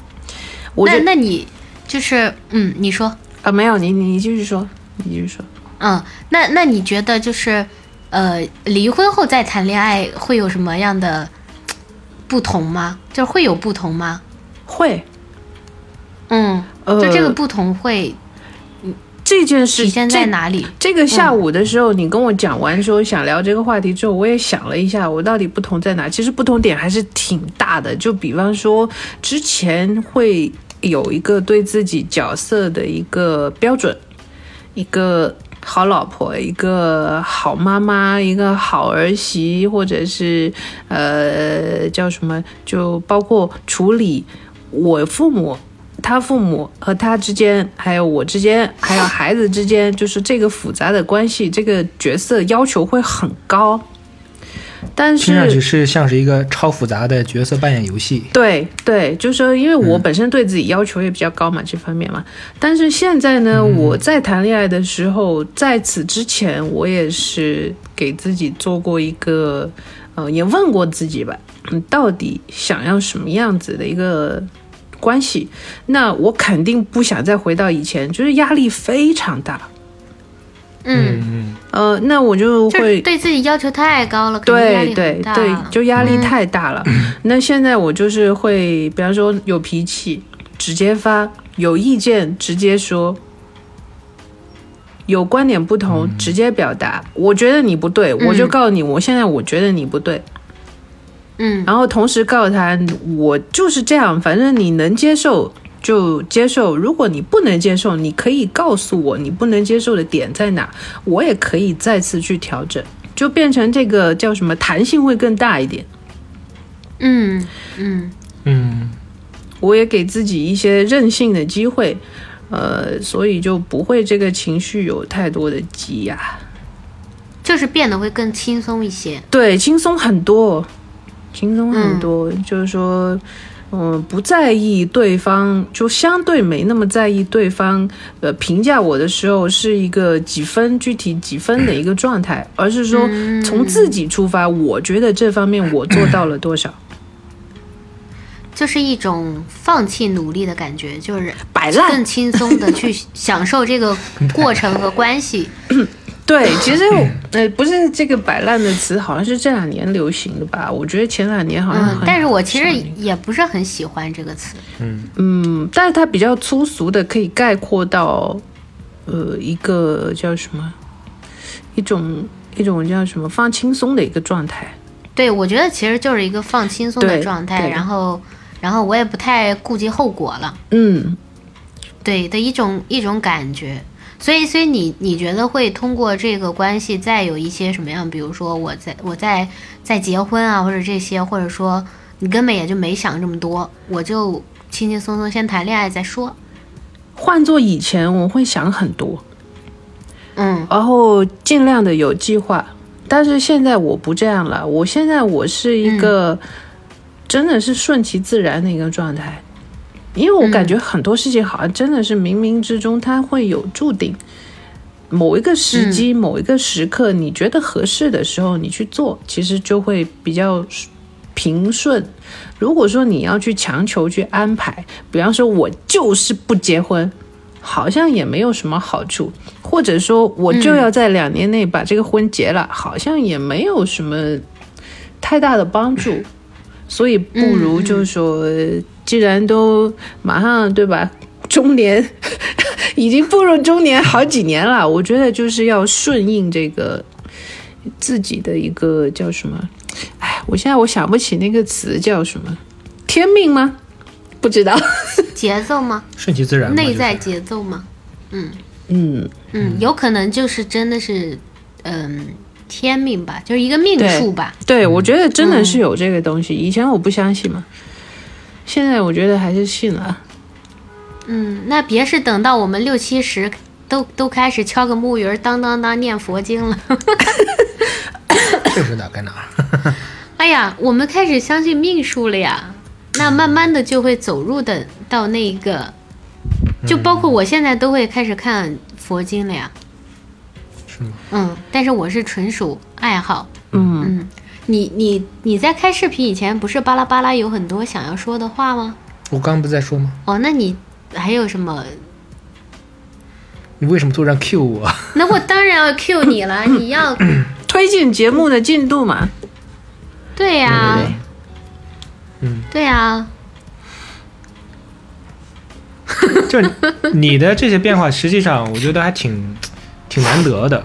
[SPEAKER 4] 我
[SPEAKER 2] 那
[SPEAKER 4] 觉得
[SPEAKER 2] 那你就是，嗯，你说，
[SPEAKER 4] 啊，没有你，你继续说，你继续说。
[SPEAKER 2] 嗯，那那你觉得就是，呃，离婚后再谈恋爱会有什么样的嘖不同吗？就是会有不同吗？
[SPEAKER 4] 会
[SPEAKER 2] 嗯，
[SPEAKER 4] 呃
[SPEAKER 2] 就这个不同会
[SPEAKER 4] 这件事
[SPEAKER 2] 体现在
[SPEAKER 4] 这
[SPEAKER 2] 哪嗯里？
[SPEAKER 4] 这个下午的时候，你跟我讲完说想聊这个话题之后，我也想了一下，我到底不同在哪？其实不同点还是挺大的。就比方说，之前会有一个对自己角色的一个标准，一个好老婆，一个好妈妈，一个好儿媳，或者是呃叫什么，就包括处理我父母。他父母和他之间，还有我之间，还有孩子之间，就是这个复杂的关系，这个角色要求会很高。但是
[SPEAKER 3] 听上去是像是一个超复杂的角色扮演游戏。
[SPEAKER 4] 对对，就是说，因为我本身对自己要求也比较高嘛，这方面嘛。但是现在呢，我在谈恋爱的时候，在此之前，我也是给自己做过一个，呃，也问过自己吧，嗯到底想要什么样子的一个关系？那我肯定不想再回到以前，就是压力非常大。
[SPEAKER 2] 嗯
[SPEAKER 3] 嗯
[SPEAKER 4] 呃，那我就
[SPEAKER 2] 就是
[SPEAKER 4] 会
[SPEAKER 2] 对自己要求太高了，肯定压
[SPEAKER 4] 对
[SPEAKER 2] 力
[SPEAKER 4] 对
[SPEAKER 2] 很大。
[SPEAKER 4] 对，就压力太大了。那现在我就是会，比方说有脾气直接发，有意见直接说，有观点不同、直接表达。我觉得你不对，我就
[SPEAKER 2] 嗯
[SPEAKER 4] 告诉你，我现在我觉得你不对。
[SPEAKER 2] 嗯
[SPEAKER 4] 然后同时告诉他，嗯我就是这样，反正你能接受就接受，如果你不能接受，你可以告诉我你不能接受的点在哪，我也可以再次去调整，就变成这个叫什么弹性会更大一点。
[SPEAKER 2] 嗯嗯
[SPEAKER 3] 嗯
[SPEAKER 4] 我也给自己一些任性的机会，呃，所以就不会这个情绪有太多的积压、
[SPEAKER 2] 就是变得会更轻松一些。
[SPEAKER 4] 对，轻松很多，轻松很多，就是说，嗯、不在意对方，就相对没那么在意对方，呃，评价我的时候是一个几分具体几分的一个状态，而是说
[SPEAKER 2] 嗯
[SPEAKER 4] 从自己出发，我觉得这方面我做到了多少，
[SPEAKER 2] 嗯就是一种放弃努力的感觉，就是
[SPEAKER 4] 摆烂
[SPEAKER 2] 更轻松的 去享受这个过程和关系。
[SPEAKER 4] 对，其实我 呃，不是这个“摆烂”的词，好像是这两年流行的吧？我觉得前两年好像很、
[SPEAKER 2] 嗯，但是我其实
[SPEAKER 4] 很少
[SPEAKER 2] 也不是很喜欢这个词。
[SPEAKER 4] 嗯，但是它比较粗俗的可以概括到，呃，一个叫什么，一种一种叫什么放轻松的一个状态。
[SPEAKER 2] 对，我觉得其实就是一个放轻松的
[SPEAKER 4] 对
[SPEAKER 2] 状态，
[SPEAKER 4] 对
[SPEAKER 2] 然后，然后我也不太顾及后果了。
[SPEAKER 4] 嗯，
[SPEAKER 2] 对的一种一种感觉。所以，所以你你觉得会通过这个关系再有一些什么样？比如说我在我在在结婚啊，或者这些，或者说你根本也就没想这么多，我就轻轻松松先谈恋爱再说。
[SPEAKER 4] 换做以前，我会想很多，
[SPEAKER 2] 嗯
[SPEAKER 4] 然后尽量的有计划。但是现在我不这样了，我现在我是一个真的是顺其自然的一个状态，因为我感觉很多事情好像真的是冥冥之中它会有注定，某一个时机、某一个时刻，你觉得合适的时候你去做，其实就会比较平顺。如果说你要去强求去安排，比方说我就是不结婚。好像也没有什么好处，或者说我就要在两年内把这个婚结了，好像也没有什么太大的帮助，所以不如就是说，既然都马上对吧，中年 已经步入中年好几年了，我觉得就是要顺应这个自己的一个叫什么？哎，我现在我想不起那个词叫什么，天命吗？不知道。
[SPEAKER 2] 节奏吗？
[SPEAKER 3] 顺其自然嘛。
[SPEAKER 2] 内在
[SPEAKER 3] 就是
[SPEAKER 2] 节奏吗？
[SPEAKER 4] 嗯，
[SPEAKER 2] 嗯，有可能就是真的是，嗯，天命吧，就是一个命
[SPEAKER 4] 对
[SPEAKER 2] 数吧。
[SPEAKER 4] 对，我觉得真的是有这个东西。以前我不相信嘛，现在我觉得还是信了。
[SPEAKER 2] 嗯，那别是等到我们六七十都都开始敲个木鱼儿，当当当念佛经了。
[SPEAKER 3] 这是哪跟哪？
[SPEAKER 2] 哎呀，我们开始相信命数了呀，那慢慢的就会走入的到那一个，
[SPEAKER 3] 嗯
[SPEAKER 2] 就包括我现在都会开始看佛经了呀。
[SPEAKER 3] 是吗？
[SPEAKER 2] 嗯，但是我是纯属爱好。
[SPEAKER 4] 嗯
[SPEAKER 2] 嗯，你你你在开视频以前不是巴拉巴拉有很多想要说的话吗？
[SPEAKER 3] 我刚刚不是在说吗？
[SPEAKER 2] 哦，那你还有什么？
[SPEAKER 3] 你为什么突然 Q 我？
[SPEAKER 2] 那我当然要 Q 你了，你要
[SPEAKER 4] 推进节目的进度嘛，
[SPEAKER 2] 对呀、
[SPEAKER 3] 嗯，
[SPEAKER 2] 对呀、
[SPEAKER 3] 就是你的这些变化，实际上我觉得还挺挺难得的，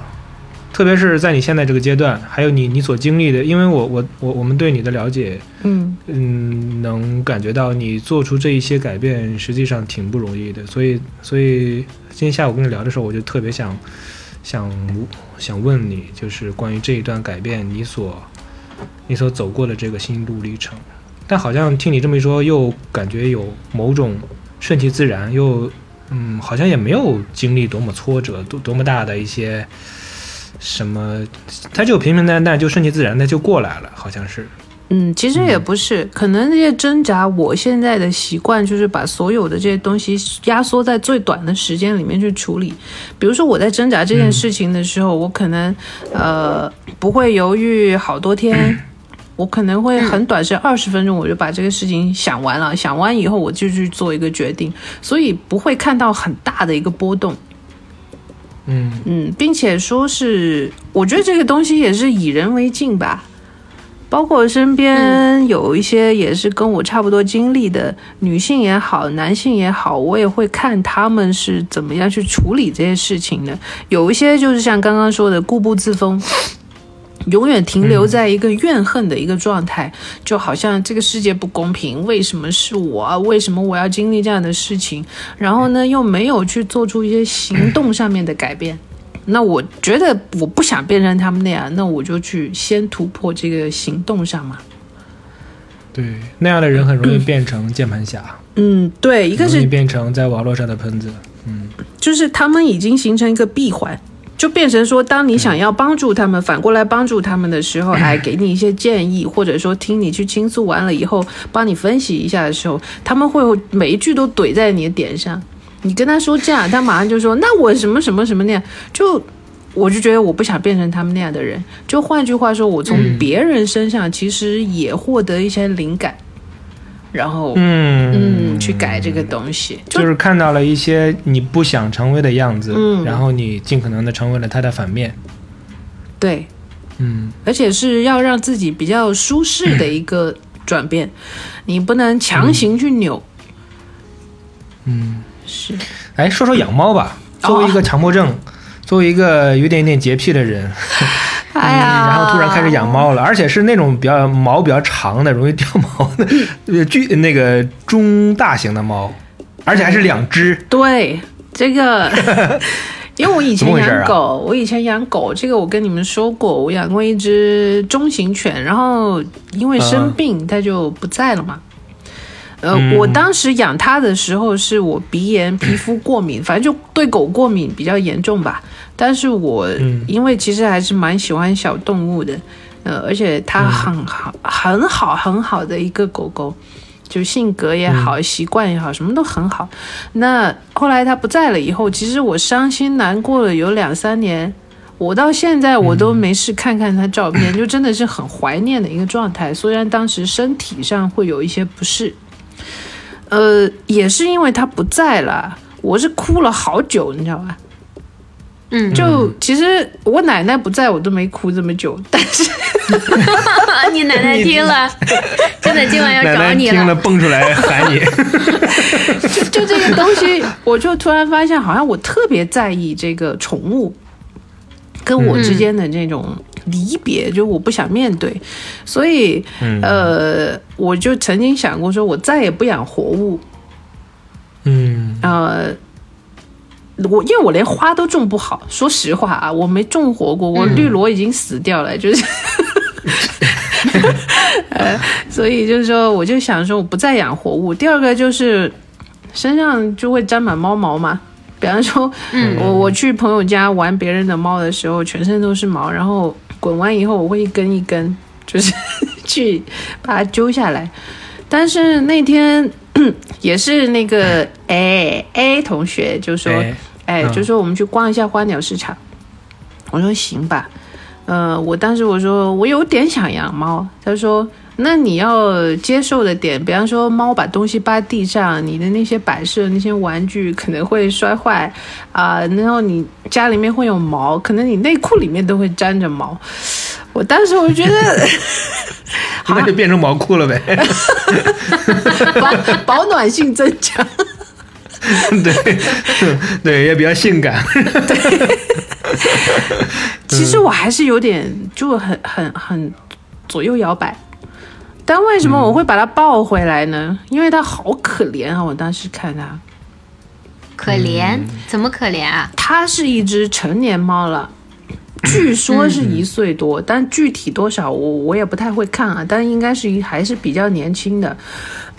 [SPEAKER 3] 特别是在你现在这个阶段，还有你你所经历的，因为我我我我们对你的了解，
[SPEAKER 4] 嗯
[SPEAKER 3] 嗯，能感觉到你做出这一些改变，实际上挺不容易的，所以所以今天下午跟你聊的时候，我就特别想想想问你，就是关于这一段改变，你所你所走过的这个心路历程。但好像听你这么一说，又感觉有某种顺其自然，又嗯，好像也没有经历多么挫折，多多么大的一些什么，他就平平淡淡，就顺其自然的就过来了，好像是。
[SPEAKER 4] 嗯，其实也不是，可能这些挣扎，我现在的习惯就是把所有的这些东西压缩在最短的时间里面去处理。比如说我在挣扎这件事情的时候，我可能呃不会犹豫好多天。我可能会很短时间，二十分钟我就把这个事情想完了，想完以后我就去做一个决定，所以不会看到很大的一个波动。
[SPEAKER 3] 嗯，
[SPEAKER 4] 嗯，并且说是，我觉得这个东西也是以人为镜吧。包括身边有一些也是跟我差不多经历的女性也好，男性也好，我也会看他们是怎么样去处理这些事情的。有一些就是像刚刚说的固步自封， 永远停留在一个怨恨的一个状态，就好像这个世界不公平，为什么是我？啊为什么我要经历这样的事情？然后呢，又没有去做出一些行动上面的改变。那我觉得我不想变成他们那样，那我就去先突破这个行动上嘛。
[SPEAKER 3] 对，那样的人很容易变成键盘侠，
[SPEAKER 4] 嗯，对，一个
[SPEAKER 3] 很容易
[SPEAKER 4] 是
[SPEAKER 3] 变成在网络上的喷子。
[SPEAKER 4] 就是他们已经形成一个闭环，就变成说，当你想要帮助他们，反过来帮助他们的时候，哎，给你一些建议，或者说听你去倾诉完了以后，帮你分析一下的时候，他们会每一句都怼在你的点上。你跟他说这样，他马上就说那我什么什么什么那样，就我就觉得我不想变成他们那样的人。就换句话说，我从别人身上其实也获得一些灵感，然后
[SPEAKER 3] 嗯
[SPEAKER 4] 嗯去改这个东西，就
[SPEAKER 3] 就是看到了一些你不想成为的样子，
[SPEAKER 4] 嗯
[SPEAKER 3] 然后你尽可能的成为了他的反面。
[SPEAKER 4] 对。
[SPEAKER 3] 嗯，
[SPEAKER 4] 而且是要让自己比较舒适的一个转变，你不能强行去扭。
[SPEAKER 3] 嗯，
[SPEAKER 4] 是，
[SPEAKER 3] 哎，说说养猫吧。作为一个强迫症，作为一个有点点洁癖的人，
[SPEAKER 4] 哎
[SPEAKER 3] 然后突然开始养猫了，而且是那种比较毛比较长的、容易掉毛的，呃，巨那个中大型的猫，而且还是两只。
[SPEAKER 4] 对 这个，因为我以前
[SPEAKER 3] 怎么回事啊
[SPEAKER 4] 养狗，我以前养狗，这个我跟你们说过，我养过一只中型犬，然后因为生病，它就不在了嘛。呃，
[SPEAKER 3] 嗯
[SPEAKER 4] 我当时养它的时候，是我鼻炎、皮肤过敏，反正就对狗过敏比较严重吧。但是我
[SPEAKER 3] 嗯
[SPEAKER 4] 因为其实还是蛮喜欢小动物的，呃，而且它
[SPEAKER 3] 嗯
[SPEAKER 4] 很好、很好、很好的一个狗狗，就性格也
[SPEAKER 3] 嗯
[SPEAKER 4] 好、习惯也好，什么都很好。那后来它不在了以后，其实我伤心难过了有两三年，我到现在我
[SPEAKER 3] 嗯
[SPEAKER 4] 都没事看看它照片，就真的是很怀念的一个状态。虽然当时身体上会有一些不适，呃，也是因为它不在了，我是哭了好久，你知道吧？
[SPEAKER 2] 嗯，
[SPEAKER 4] 就其实我奶奶不在我都没哭这么久，但是
[SPEAKER 2] 你奶奶听了， 真的今晚要
[SPEAKER 3] 奶
[SPEAKER 2] 找
[SPEAKER 3] 奶
[SPEAKER 2] 你
[SPEAKER 3] 听了蹦出来喊你，
[SPEAKER 4] 就就这个东西，我就突然发现，好像我特别在意这个宠物跟我之间的这种离别，就我不想面对，所以
[SPEAKER 3] 嗯
[SPEAKER 4] 呃，我就曾经想过，说我再也不养活物，
[SPEAKER 3] 嗯
[SPEAKER 4] 呃，我因为我连花都种不好，说实话啊，我没种活过，我绿萝已经死掉了，就是。呃，所以就是说，我就想说，我不再养活物。第二个就是身上就会沾满猫毛嘛，比方说，
[SPEAKER 2] 嗯
[SPEAKER 4] 我我去朋友家玩别人的猫的时候，全身都是毛，然后滚完以后，我会一根一根就是 去把它揪下来。但是那天 也是那个 A A 同学就说，
[SPEAKER 3] 哎
[SPEAKER 4] 哎，
[SPEAKER 3] 嗯
[SPEAKER 4] 就说我们去逛一下花鸟市场。我说行吧，呃，我当时我说我有点想养猫，他说那你要接受的点，比方说猫把东西扒地上，你的那些摆设、那些玩具可能会摔坏啊、然后你家里面会有毛，可能你内裤里面都会沾着毛。我当时我就觉得
[SPEAKER 3] 那就变成毛裤了呗。
[SPEAKER 4] 啊保保暖性增强。
[SPEAKER 3] 对， 对，也比较性感。
[SPEAKER 4] 其实我还是有点就很很很左右摇摆。但为什么我会把它抱回来呢？因为它好可怜啊！我当时看它，
[SPEAKER 2] 可怜，怎么可怜啊？
[SPEAKER 4] 它是一只成年猫了，据说是一岁多，但具体多少我我也不太会看啊，但应该是一还是比较年轻的。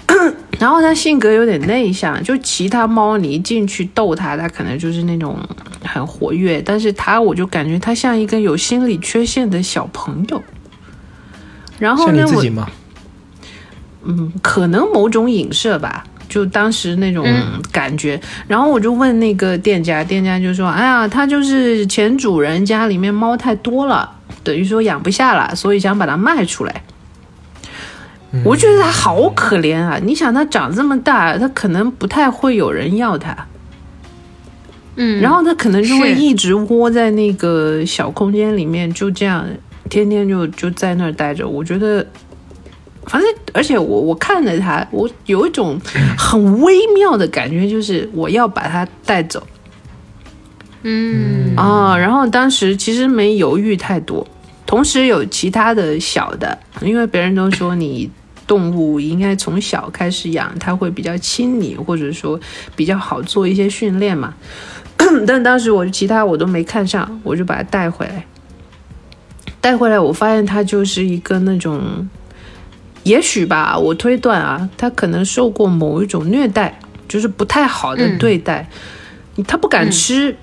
[SPEAKER 4] 然后它性格有点内向，就其他猫你一进去逗它，它可能就是那种很活跃，但是它我就感觉它像一个有心理缺陷的小朋友。然后
[SPEAKER 3] 像你
[SPEAKER 4] 呢，
[SPEAKER 3] 自
[SPEAKER 4] 我
[SPEAKER 3] 己吗？
[SPEAKER 4] 嗯，可能某种影射吧，就当时那种
[SPEAKER 2] 嗯
[SPEAKER 4] 感觉。然后我就问那个店家，店家就说：“哎呀，他就是前主人家里面猫太多了，等于说养不下了，所以想把它卖出来。”我觉得它好可怜啊！你想，它长这么大，它可能不太会有人要它，
[SPEAKER 2] 嗯，
[SPEAKER 4] 然后它可能就会
[SPEAKER 2] 是
[SPEAKER 4] 一直窝在那个小空间里面，就这样天天就就在那儿待着。我觉得，反正而且我我看着它，我有一种很微妙的感觉，就是我要把它带走
[SPEAKER 2] 嗯
[SPEAKER 4] 啊、然后当时其实没犹豫太多，同时有其他的小的，因为别人都说你。动物应该从小开始养，它会比较亲你，或者说比较好做一些训练嘛。 但当时我其他我都没看上，我就把它带回来。带回来，我发现它就是一个那种，也许吧，我推断啊，它可能受过某一种虐待，就是不太好的
[SPEAKER 2] 嗯
[SPEAKER 4] 对待。它不敢吃，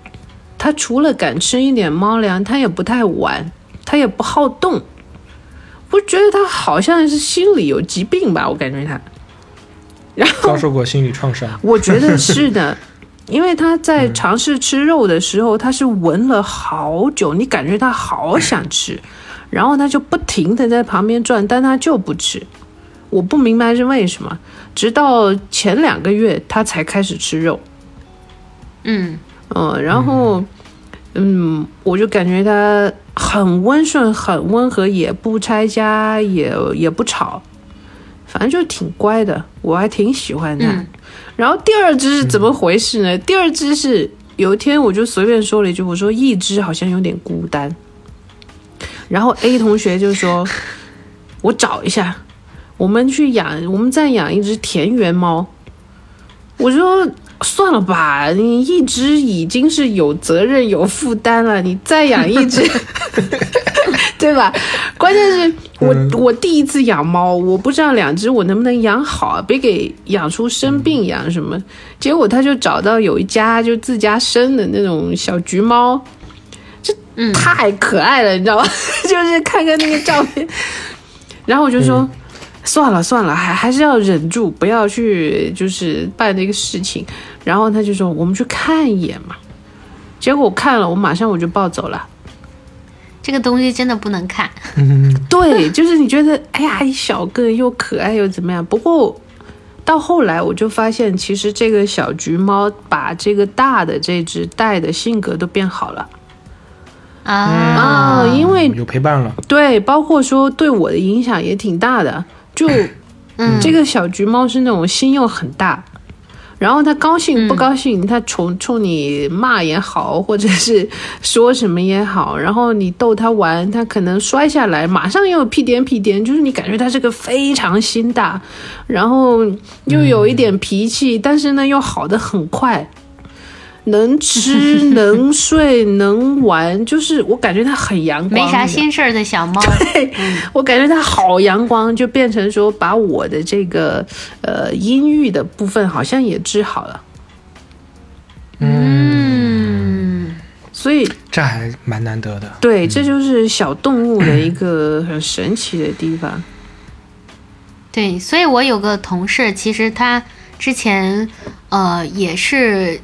[SPEAKER 4] 它除了敢吃一点猫粮，它也不太玩，它也不好动。我觉得它好像是心理有疾病吧，我感觉它。然后
[SPEAKER 3] 遭受过心理创伤。
[SPEAKER 4] 我觉得是的，因为他在尝试吃肉的时候，他是闻了好久，你感觉他好想吃，然后他就不停的在旁边转，但他就不吃。我不明白是为什么，直到前两个月他才开始吃肉。
[SPEAKER 2] 嗯
[SPEAKER 4] 嗯，然后，嗯，我就感觉他很温顺、很温和，也不拆家，也也不吵，反正就挺乖的，我还挺喜欢他。
[SPEAKER 2] 嗯
[SPEAKER 4] 然后第二只是怎么回事呢？第二只是有一天我就随便说了一句，我说一只好像有点孤单，然后 A 同学就说，我找一下，我们去养，我们再养一只田园猫。我说算了吧，你一只已经是有责任有负担了，你再养一只，对吧？关键是我、我第一次养猫，我不知道两只我能不能养好，别给养出生病养什么。结果他就找到有一家就自家生的那种小橘猫，
[SPEAKER 2] 嗯，
[SPEAKER 4] 太可爱了，你知道吗？ 就是看看那个照片，然后我就说。算了算了，还还是要忍住，不要去就是办这个事情。然后他就说我们去看一眼嘛，结果我看了，我马上我就抱走了。
[SPEAKER 2] 这个东西真的不能看。
[SPEAKER 4] 对，就是你觉得哎呀，一小个又可爱又怎么样？不过到后来我就发现，其实这个小橘猫把这个大的这只带的性格都变好了。
[SPEAKER 2] 啊，
[SPEAKER 4] 啊，因为
[SPEAKER 3] 有陪伴了，
[SPEAKER 4] 对，包括说对我的影响也挺大的。就
[SPEAKER 2] 嗯
[SPEAKER 4] 这个小橘猫是那种心又很大，然后它高
[SPEAKER 2] 嗯
[SPEAKER 4] 兴不高兴，它冲冲你骂也好，或者是说什么也好，然后你逗它玩，它可能摔下来，马上又屁颠屁颠，就是你感觉它是个非常心大，然后又有一点脾
[SPEAKER 2] 嗯
[SPEAKER 4] 气，但是呢又好的很快。能吃能睡能玩，就是我感觉它很阳光，
[SPEAKER 2] 没啥
[SPEAKER 4] 你知道
[SPEAKER 2] 心事儿的小猫，
[SPEAKER 4] 我感觉它好阳光，就变成说把我的这个呃阴郁的部分好像也治好了，
[SPEAKER 2] 嗯，
[SPEAKER 4] 所以
[SPEAKER 3] 这还蛮难得的。
[SPEAKER 4] 对，这就是小动物的一个很神奇的地方。
[SPEAKER 2] 对，所以我有个同事，其实他之前呃也是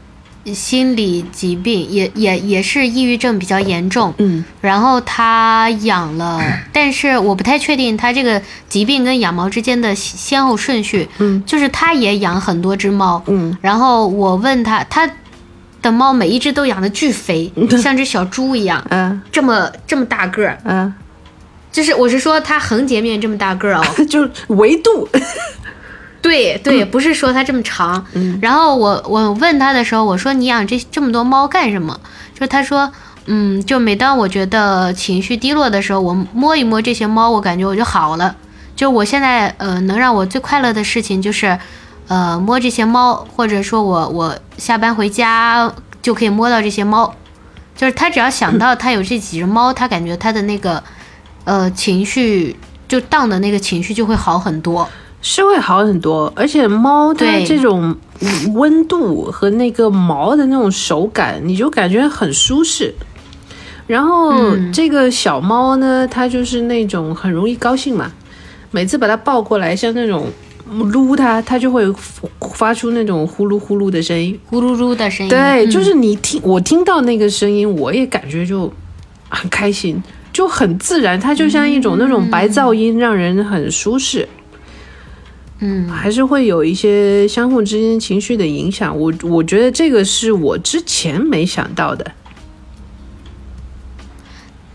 [SPEAKER 2] 心理疾病，也也也是抑郁症比较严重，
[SPEAKER 4] 嗯
[SPEAKER 2] 然后他养 了，但是我不太确定他这个疾病跟养猫之间的先先后顺序。
[SPEAKER 4] 嗯
[SPEAKER 2] 就是他也养很多只猫，
[SPEAKER 4] 嗯，
[SPEAKER 2] 然后我问他，他的猫每一只都养的巨 肥，像只小猪一样，
[SPEAKER 4] 啊
[SPEAKER 2] 这么这么大个儿。
[SPEAKER 4] 啊，
[SPEAKER 2] 就是我是说它横截面这么大个儿哦，
[SPEAKER 4] 啊 就是维度，
[SPEAKER 2] 对对，不是说它这么长。然后我我问他的时候，我说你养这这么多猫干什么？就他说，嗯，就每当我觉得情绪低落的时候，我摸一摸这些猫，我感觉我就好了。就我现在呃，能让我最快乐的事情就是，呃，摸这些猫，或者说我我下班回家就可以摸到这些猫。就是他只要想到他有这几只猫，他感觉他的那个呃情绪就荡的那个情绪就会好很多。
[SPEAKER 4] 是会好很多，而且猫它
[SPEAKER 2] 对
[SPEAKER 4] 这种嗯温度和那个毛的那种手感，你就感觉很舒适。然后
[SPEAKER 2] 嗯
[SPEAKER 4] 这个小猫呢，它就是那种很容易高兴嘛，每次把它抱过来，像那种撸它，它就会发出那种呼噜呼噜的声音。
[SPEAKER 2] 咕噜噜的声音。
[SPEAKER 4] 对，
[SPEAKER 2] 嗯
[SPEAKER 4] 就是你听我听到那个声音，我也感觉就很开心，就很自然，它就像一种那种白噪音，让人很舒适。
[SPEAKER 2] 嗯
[SPEAKER 4] 还是会有一些相互之间情绪的影响。我我觉得这个是我之前没想到的。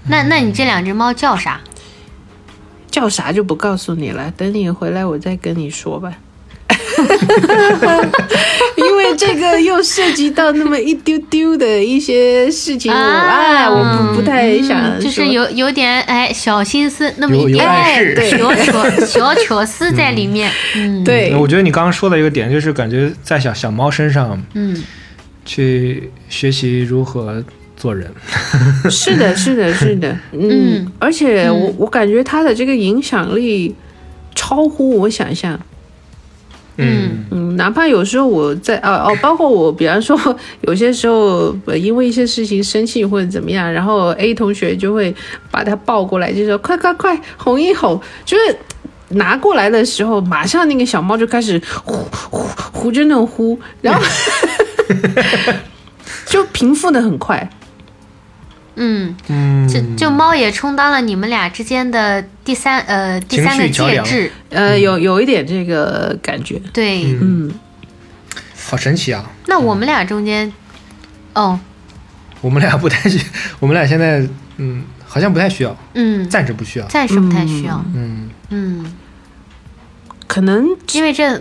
[SPEAKER 2] 那那你这两只猫叫啥？
[SPEAKER 4] 叫啥就不告诉你了，等你回来我再跟你说吧。 因为这个又涉及到那么一丢丢的一些事情，我哎，我不不太想说、
[SPEAKER 2] 啊嗯就是有有点哎小心思那么
[SPEAKER 3] 有
[SPEAKER 2] 一
[SPEAKER 3] 有
[SPEAKER 2] 点
[SPEAKER 3] 暗
[SPEAKER 4] 哎
[SPEAKER 3] 示，
[SPEAKER 4] 对
[SPEAKER 2] 小巧小巧思在里面。嗯，，
[SPEAKER 4] 对
[SPEAKER 3] 我觉得你刚刚说的一个点，就是感觉在小小猫身上
[SPEAKER 2] 嗯，
[SPEAKER 3] 去学习如何做人。
[SPEAKER 4] 是的，是的，是的，嗯，
[SPEAKER 2] 嗯
[SPEAKER 4] 而且我
[SPEAKER 2] 嗯
[SPEAKER 4] 我感觉他的这个影响力超乎我想象，
[SPEAKER 2] 嗯
[SPEAKER 4] 嗯，哪怕有时候我在哦哦，包括我，比方说 有些时候呃因为一些事情生气或者怎么样，然后 A 同学就会把他抱过来，就说快快快哄一哄，就是拿过来的时候，马上那个小猫就开始呼呼呼就那种呼，然后就平复的很快。
[SPEAKER 2] 嗯，
[SPEAKER 3] 嗯，
[SPEAKER 2] 这这猫也充当了你们俩之间的第三呃第三个
[SPEAKER 3] 情绪桥
[SPEAKER 2] 介
[SPEAKER 3] 梁
[SPEAKER 2] 质。
[SPEAKER 4] 呃，有有一点这个感觉，
[SPEAKER 2] 对，
[SPEAKER 4] 嗯，
[SPEAKER 3] 好神奇啊！
[SPEAKER 2] 那我们俩中间，哦，
[SPEAKER 3] 我们俩不太，需， 我们俩现在嗯，好像不太需要，
[SPEAKER 2] 嗯，
[SPEAKER 3] 暂时不 需要。
[SPEAKER 2] 暂时不太需要。
[SPEAKER 3] 嗯，
[SPEAKER 2] 嗯，
[SPEAKER 4] 可能
[SPEAKER 2] 因为这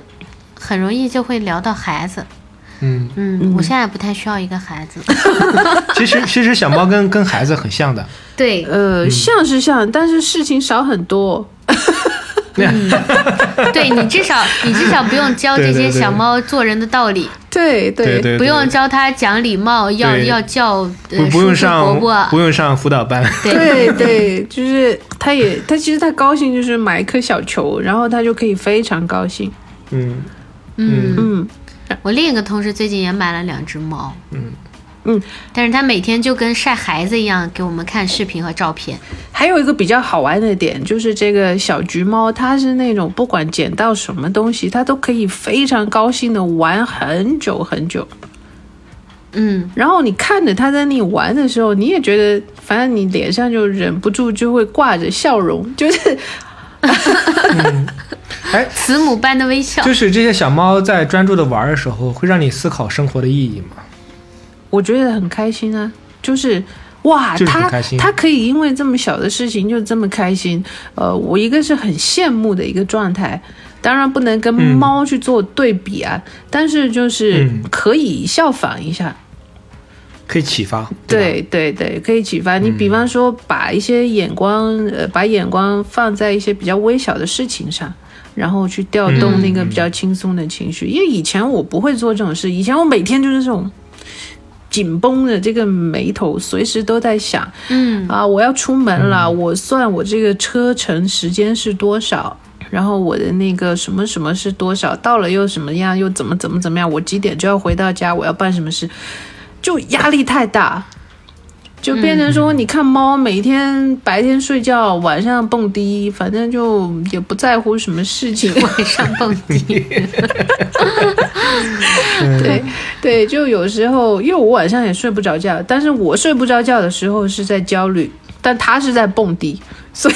[SPEAKER 2] 很容易就会聊到孩子。
[SPEAKER 3] 嗯，
[SPEAKER 2] 嗯，我现在不太需要一个孩 子。
[SPEAKER 3] 其实其实小猫跟跟孩子很像的，
[SPEAKER 2] 对，
[SPEAKER 4] 呃像是像，但是事情少很多。
[SPEAKER 2] 对你至少你至少不用教这
[SPEAKER 3] 对
[SPEAKER 2] 些
[SPEAKER 3] 对对
[SPEAKER 2] 小猫做人的道理，
[SPEAKER 4] 对对
[SPEAKER 3] 对
[SPEAKER 2] 不用教它讲礼貌，要
[SPEAKER 3] 对
[SPEAKER 2] 要叫
[SPEAKER 3] 不
[SPEAKER 2] 呃
[SPEAKER 3] 不
[SPEAKER 2] 叔叔
[SPEAKER 3] 用
[SPEAKER 2] 伯
[SPEAKER 3] 上不
[SPEAKER 2] 伯，
[SPEAKER 3] 用上辅导班。
[SPEAKER 2] 对
[SPEAKER 4] 对对，就是他也他其实他高兴就是买一颗小球，然后他就可以非常高兴。
[SPEAKER 3] 嗯，
[SPEAKER 2] 嗯。
[SPEAKER 4] 嗯，
[SPEAKER 2] 我另一个同事最近也买了两只猫，
[SPEAKER 3] 嗯
[SPEAKER 4] 嗯，
[SPEAKER 2] 但是他每天就跟晒孩子一样给我们看视频和照片，
[SPEAKER 4] 还有一个比较好玩的点就是这个小橘猫，它是那种不管捡到什么东西，它都可以非常高兴的玩很久很久。
[SPEAKER 2] 嗯，
[SPEAKER 4] 然后你看着它在那里玩的时候，你也觉得反正你脸上就忍不住就会挂着笑容，就是
[SPEAKER 3] 哎，
[SPEAKER 2] 慈母般的微笑，
[SPEAKER 3] 就是这些小猫在专注的玩儿的时候，会让你思考生活的意义吗？
[SPEAKER 4] 我觉得很开心啊。就是哇，
[SPEAKER 3] 就是很
[SPEAKER 4] 他
[SPEAKER 3] 开心
[SPEAKER 4] 他可以因为这么小的事情就这么开心，呃，我一个是很羡慕的一个状态，当然不能跟
[SPEAKER 3] 嗯
[SPEAKER 4] 猫去做对比啊，但是就是
[SPEAKER 3] 嗯
[SPEAKER 4] 可以效仿一下，
[SPEAKER 3] 可以启发，吧
[SPEAKER 4] 对对对，可以启发你。比方说，把一些眼光，呃，把眼光放在一些比较微小的事情上，然后去调动那个比较轻松的情绪。因为以前我不会做这种事，以前我每天就是这种紧绷的这个眉头，随时都在想
[SPEAKER 2] 嗯
[SPEAKER 4] 啊，我要出门了，我算我这个车程时间是多少。然后我的那个什么什么是多少，到了又什么样，又怎么怎么怎么样，我几点就要回到家，我要办什么事，就压力太大，就变成说，你看猫每天白天睡觉，晚上蹦迪，反正就也不在乎什么事情。
[SPEAKER 2] 晚上蹦迪，
[SPEAKER 4] 对对，就有时候，因为我晚上也睡不着觉，但是我睡不着觉的时候是在焦虑，但他是在蹦迪，所以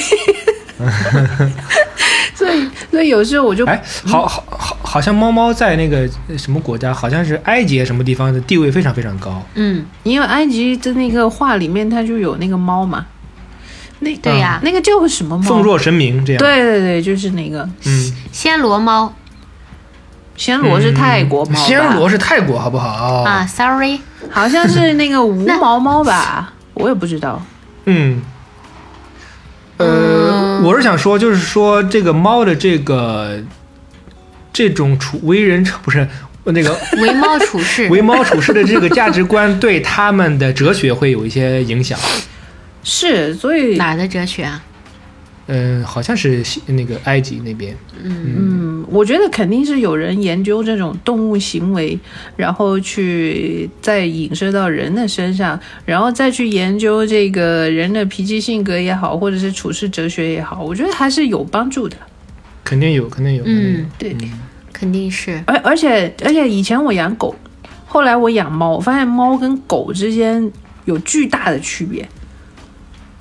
[SPEAKER 4] 所以所以有时候我就
[SPEAKER 3] 哎，好
[SPEAKER 4] 嗯
[SPEAKER 3] 好好，好像猫猫在那个呃什么国家，好像是埃及什么地方的地位非常非常高。
[SPEAKER 2] 嗯，
[SPEAKER 4] 因为埃及的那个画里面，它就有那个猫嘛，那嗯
[SPEAKER 2] 对呀、
[SPEAKER 4] 那个叫什么猫？
[SPEAKER 3] 奉若神明这样。，
[SPEAKER 4] 对对对，就是那个
[SPEAKER 3] 嗯，
[SPEAKER 2] 暹罗猫
[SPEAKER 4] 暹罗是泰国猫吧，
[SPEAKER 3] 暹嗯罗是泰国，好不好？
[SPEAKER 2] 啊，sorry，
[SPEAKER 4] 好像是 那个无毛猫吧，我也不知道。
[SPEAKER 3] 嗯，
[SPEAKER 4] 嗯
[SPEAKER 3] 呃，我是想说，就是说这个猫的这个这种处为人不是那 个
[SPEAKER 2] 为猫处事
[SPEAKER 3] 为猫处事的这个价值观，对他们的哲学会有一些影响。
[SPEAKER 4] 是，所以
[SPEAKER 2] 哪儿的哲学啊？
[SPEAKER 3] 嗯、好像是西那个埃及那边。
[SPEAKER 4] 嗯，我觉得肯定是有人研究这种动物行为，然后去再影射到人的身上，然后再去研究这个人的脾气性格也好，或者是处世哲学也好，我觉得还是有帮助的。
[SPEAKER 3] 肯定有，肯定有，肯定有
[SPEAKER 2] 嗯，
[SPEAKER 4] 对，
[SPEAKER 2] 肯定是，
[SPEAKER 4] 而而且而且以前我养狗，后来我养猫，我发现猫跟狗之间有巨大的区别。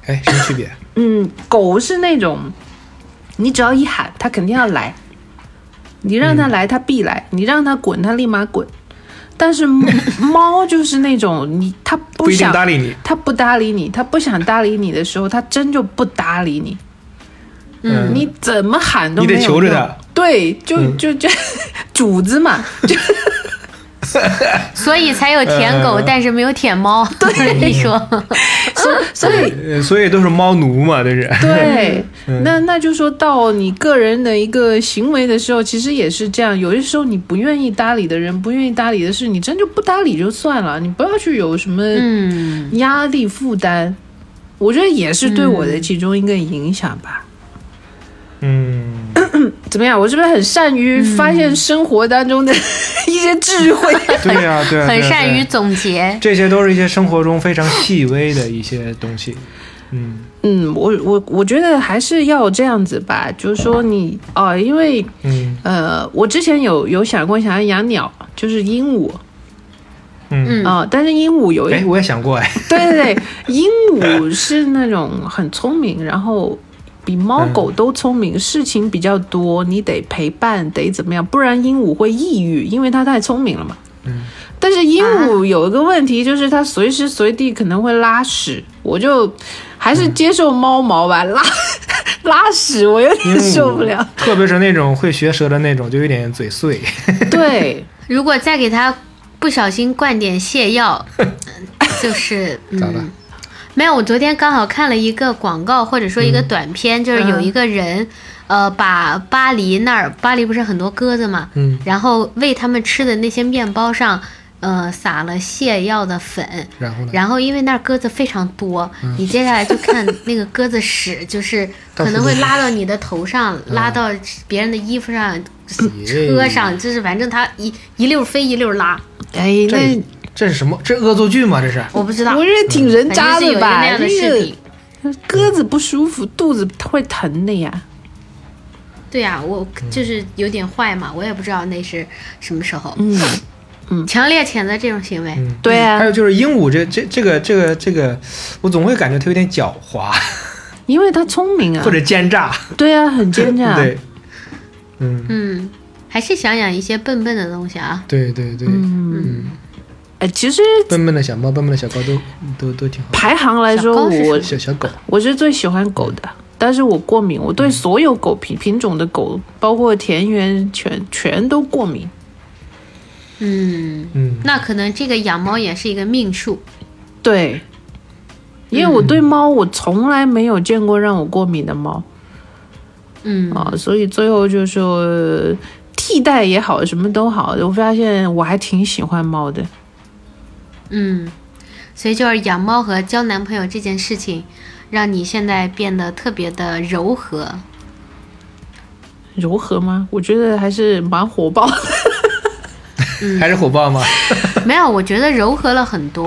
[SPEAKER 3] 哎，什么区别？
[SPEAKER 4] 嗯，狗是那种，你只要一喊，它肯定要来。你让它来，它必来；你让它滚，它立马滚。但是 猫猫就是那种，你它不
[SPEAKER 3] 不一定
[SPEAKER 4] 想，
[SPEAKER 3] 搭理你。
[SPEAKER 4] 它不搭理你，它不想搭理你的时候，它真就不搭理你。
[SPEAKER 3] 嗯
[SPEAKER 4] 你怎么喊都
[SPEAKER 3] 你得
[SPEAKER 4] 没有
[SPEAKER 3] 求着
[SPEAKER 4] 用
[SPEAKER 3] 它。嗯
[SPEAKER 4] 对，就就 就主子嘛，就
[SPEAKER 2] 所以才有舔狗，
[SPEAKER 3] 呃
[SPEAKER 2] 但是没有舔猫。 对，说，
[SPEAKER 4] 所以
[SPEAKER 3] 呃，所以都是猫奴嘛，都 是。
[SPEAKER 4] 对，那那就说到你个人的一个行为的时候，其实也是这样。有些时候你不愿意搭理的人，不愿意搭理的事，你真就不搭理就算了，你不要去有什么
[SPEAKER 2] 嗯，
[SPEAKER 4] 压力负担。我觉得也是对我的其中一个影响吧。
[SPEAKER 3] 嗯，
[SPEAKER 4] 怎么样？我是不是很善于发现生活当中的 一些智慧？
[SPEAKER 3] 对呀、对、啊，
[SPEAKER 2] 很
[SPEAKER 3] 对啊
[SPEAKER 2] 善于
[SPEAKER 3] 对啊
[SPEAKER 2] 总结。
[SPEAKER 3] 这些都是一些生活中非常细微的一些东西。嗯
[SPEAKER 4] 嗯，我我我觉得还是要这样子吧，就是说你哦，因为
[SPEAKER 3] 嗯
[SPEAKER 4] 呃，我之前有有想过想要养鸟，就是鹦鹉。
[SPEAKER 3] 嗯。
[SPEAKER 2] 嗯
[SPEAKER 4] 啊、但是鹦鹉有一
[SPEAKER 3] 哎，我也想过哎，
[SPEAKER 4] 对对对，鹦鹉是那种很聪明，然后比猫
[SPEAKER 3] 嗯
[SPEAKER 4] 狗都聪明，事情比较多，你得陪伴，得怎么样，不然鹦鹉会抑郁，因为它太聪明了嘛。
[SPEAKER 3] 嗯。
[SPEAKER 4] 但是鹦鹉有一个问题，就是它随时随地可能会拉屎，我就还是接受猫毛吧，拉 拉屎我有
[SPEAKER 3] 鹦
[SPEAKER 4] 点
[SPEAKER 3] 鹉
[SPEAKER 4] 受不了。
[SPEAKER 3] 特别是那种会学舌的那种，就有点嘴碎。
[SPEAKER 4] 对，
[SPEAKER 2] 如果再给它不小心灌点泻 药，嗯就是
[SPEAKER 3] 咋了
[SPEAKER 2] 嗯。没有，我昨天刚好看了一个广告，或者说
[SPEAKER 3] 嗯
[SPEAKER 2] 一个短片，就是有一个人，呃，把巴黎那儿，巴黎不是很多鸽子嘛，
[SPEAKER 3] 嗯，
[SPEAKER 2] 然后喂他们吃的那些面包上，呃，撒了泻药的粉，
[SPEAKER 3] 然后呢？
[SPEAKER 2] 然后因为那儿鸽子非常多，你接下来就看那个鸽子 屎，就是嗯可能会拉嗯到你的头上，拉到别人的衣服上、车上，就是反正它一一溜飞一溜拉，
[SPEAKER 4] 哎，
[SPEAKER 3] 这
[SPEAKER 4] 那
[SPEAKER 3] 这是什么？这恶作剧吗？这是？
[SPEAKER 2] 我不知道
[SPEAKER 4] 我，觉得挺人
[SPEAKER 2] 反
[SPEAKER 4] 渣
[SPEAKER 2] 正是有一
[SPEAKER 4] 的
[SPEAKER 2] 个
[SPEAKER 4] 吧
[SPEAKER 2] 那？样的
[SPEAKER 4] 这
[SPEAKER 2] 视
[SPEAKER 4] 个
[SPEAKER 2] 频。
[SPEAKER 3] 嗯
[SPEAKER 4] 鸽子不舒服，肚子会疼的呀。
[SPEAKER 2] 对呀、我就是有点坏嘛，我也不知道那是什么时候。
[SPEAKER 4] 嗯，
[SPEAKER 2] 强烈谴责这种行为。
[SPEAKER 4] 对啊
[SPEAKER 3] 还，有就是鹦鹉这这这个这个这个，我总会感觉它有点狡猾
[SPEAKER 4] 因为它聪明啊
[SPEAKER 3] 或，者奸诈。
[SPEAKER 4] 对啊，很奸 诈。
[SPEAKER 3] 对，嗯，
[SPEAKER 2] 嗯，还是想养一些笨笨的东西啊。
[SPEAKER 3] 对对对，
[SPEAKER 4] 嗯，呃，其实
[SPEAKER 3] 笨笨的小猫、笨笨的小狗都都都挺好。
[SPEAKER 4] 排行来说，
[SPEAKER 2] 小高是
[SPEAKER 4] 我
[SPEAKER 3] 小小狗，
[SPEAKER 4] 我是最喜欢狗的，但是我过敏，我
[SPEAKER 3] 嗯
[SPEAKER 4] 对所有狗品品种的狗，包括田园犬，全都过敏。
[SPEAKER 2] 嗯，
[SPEAKER 3] 嗯，
[SPEAKER 2] 那可能这个养猫也是一个命数。
[SPEAKER 4] 对，因为我
[SPEAKER 3] 嗯
[SPEAKER 4] 对猫，我从来没有见过让我过敏的猫
[SPEAKER 2] 嗯，
[SPEAKER 4] 啊，所以最后就说呃替代也好，什么都好，我发现我还挺喜欢猫的。
[SPEAKER 2] 嗯，所以就是养猫和交男朋友这件事情，让你现在变得特别的柔 和。
[SPEAKER 4] 柔和吗？我觉得还是蛮火爆的。嗯
[SPEAKER 3] 还是火爆吗？
[SPEAKER 2] 没有，我觉得柔和了很多。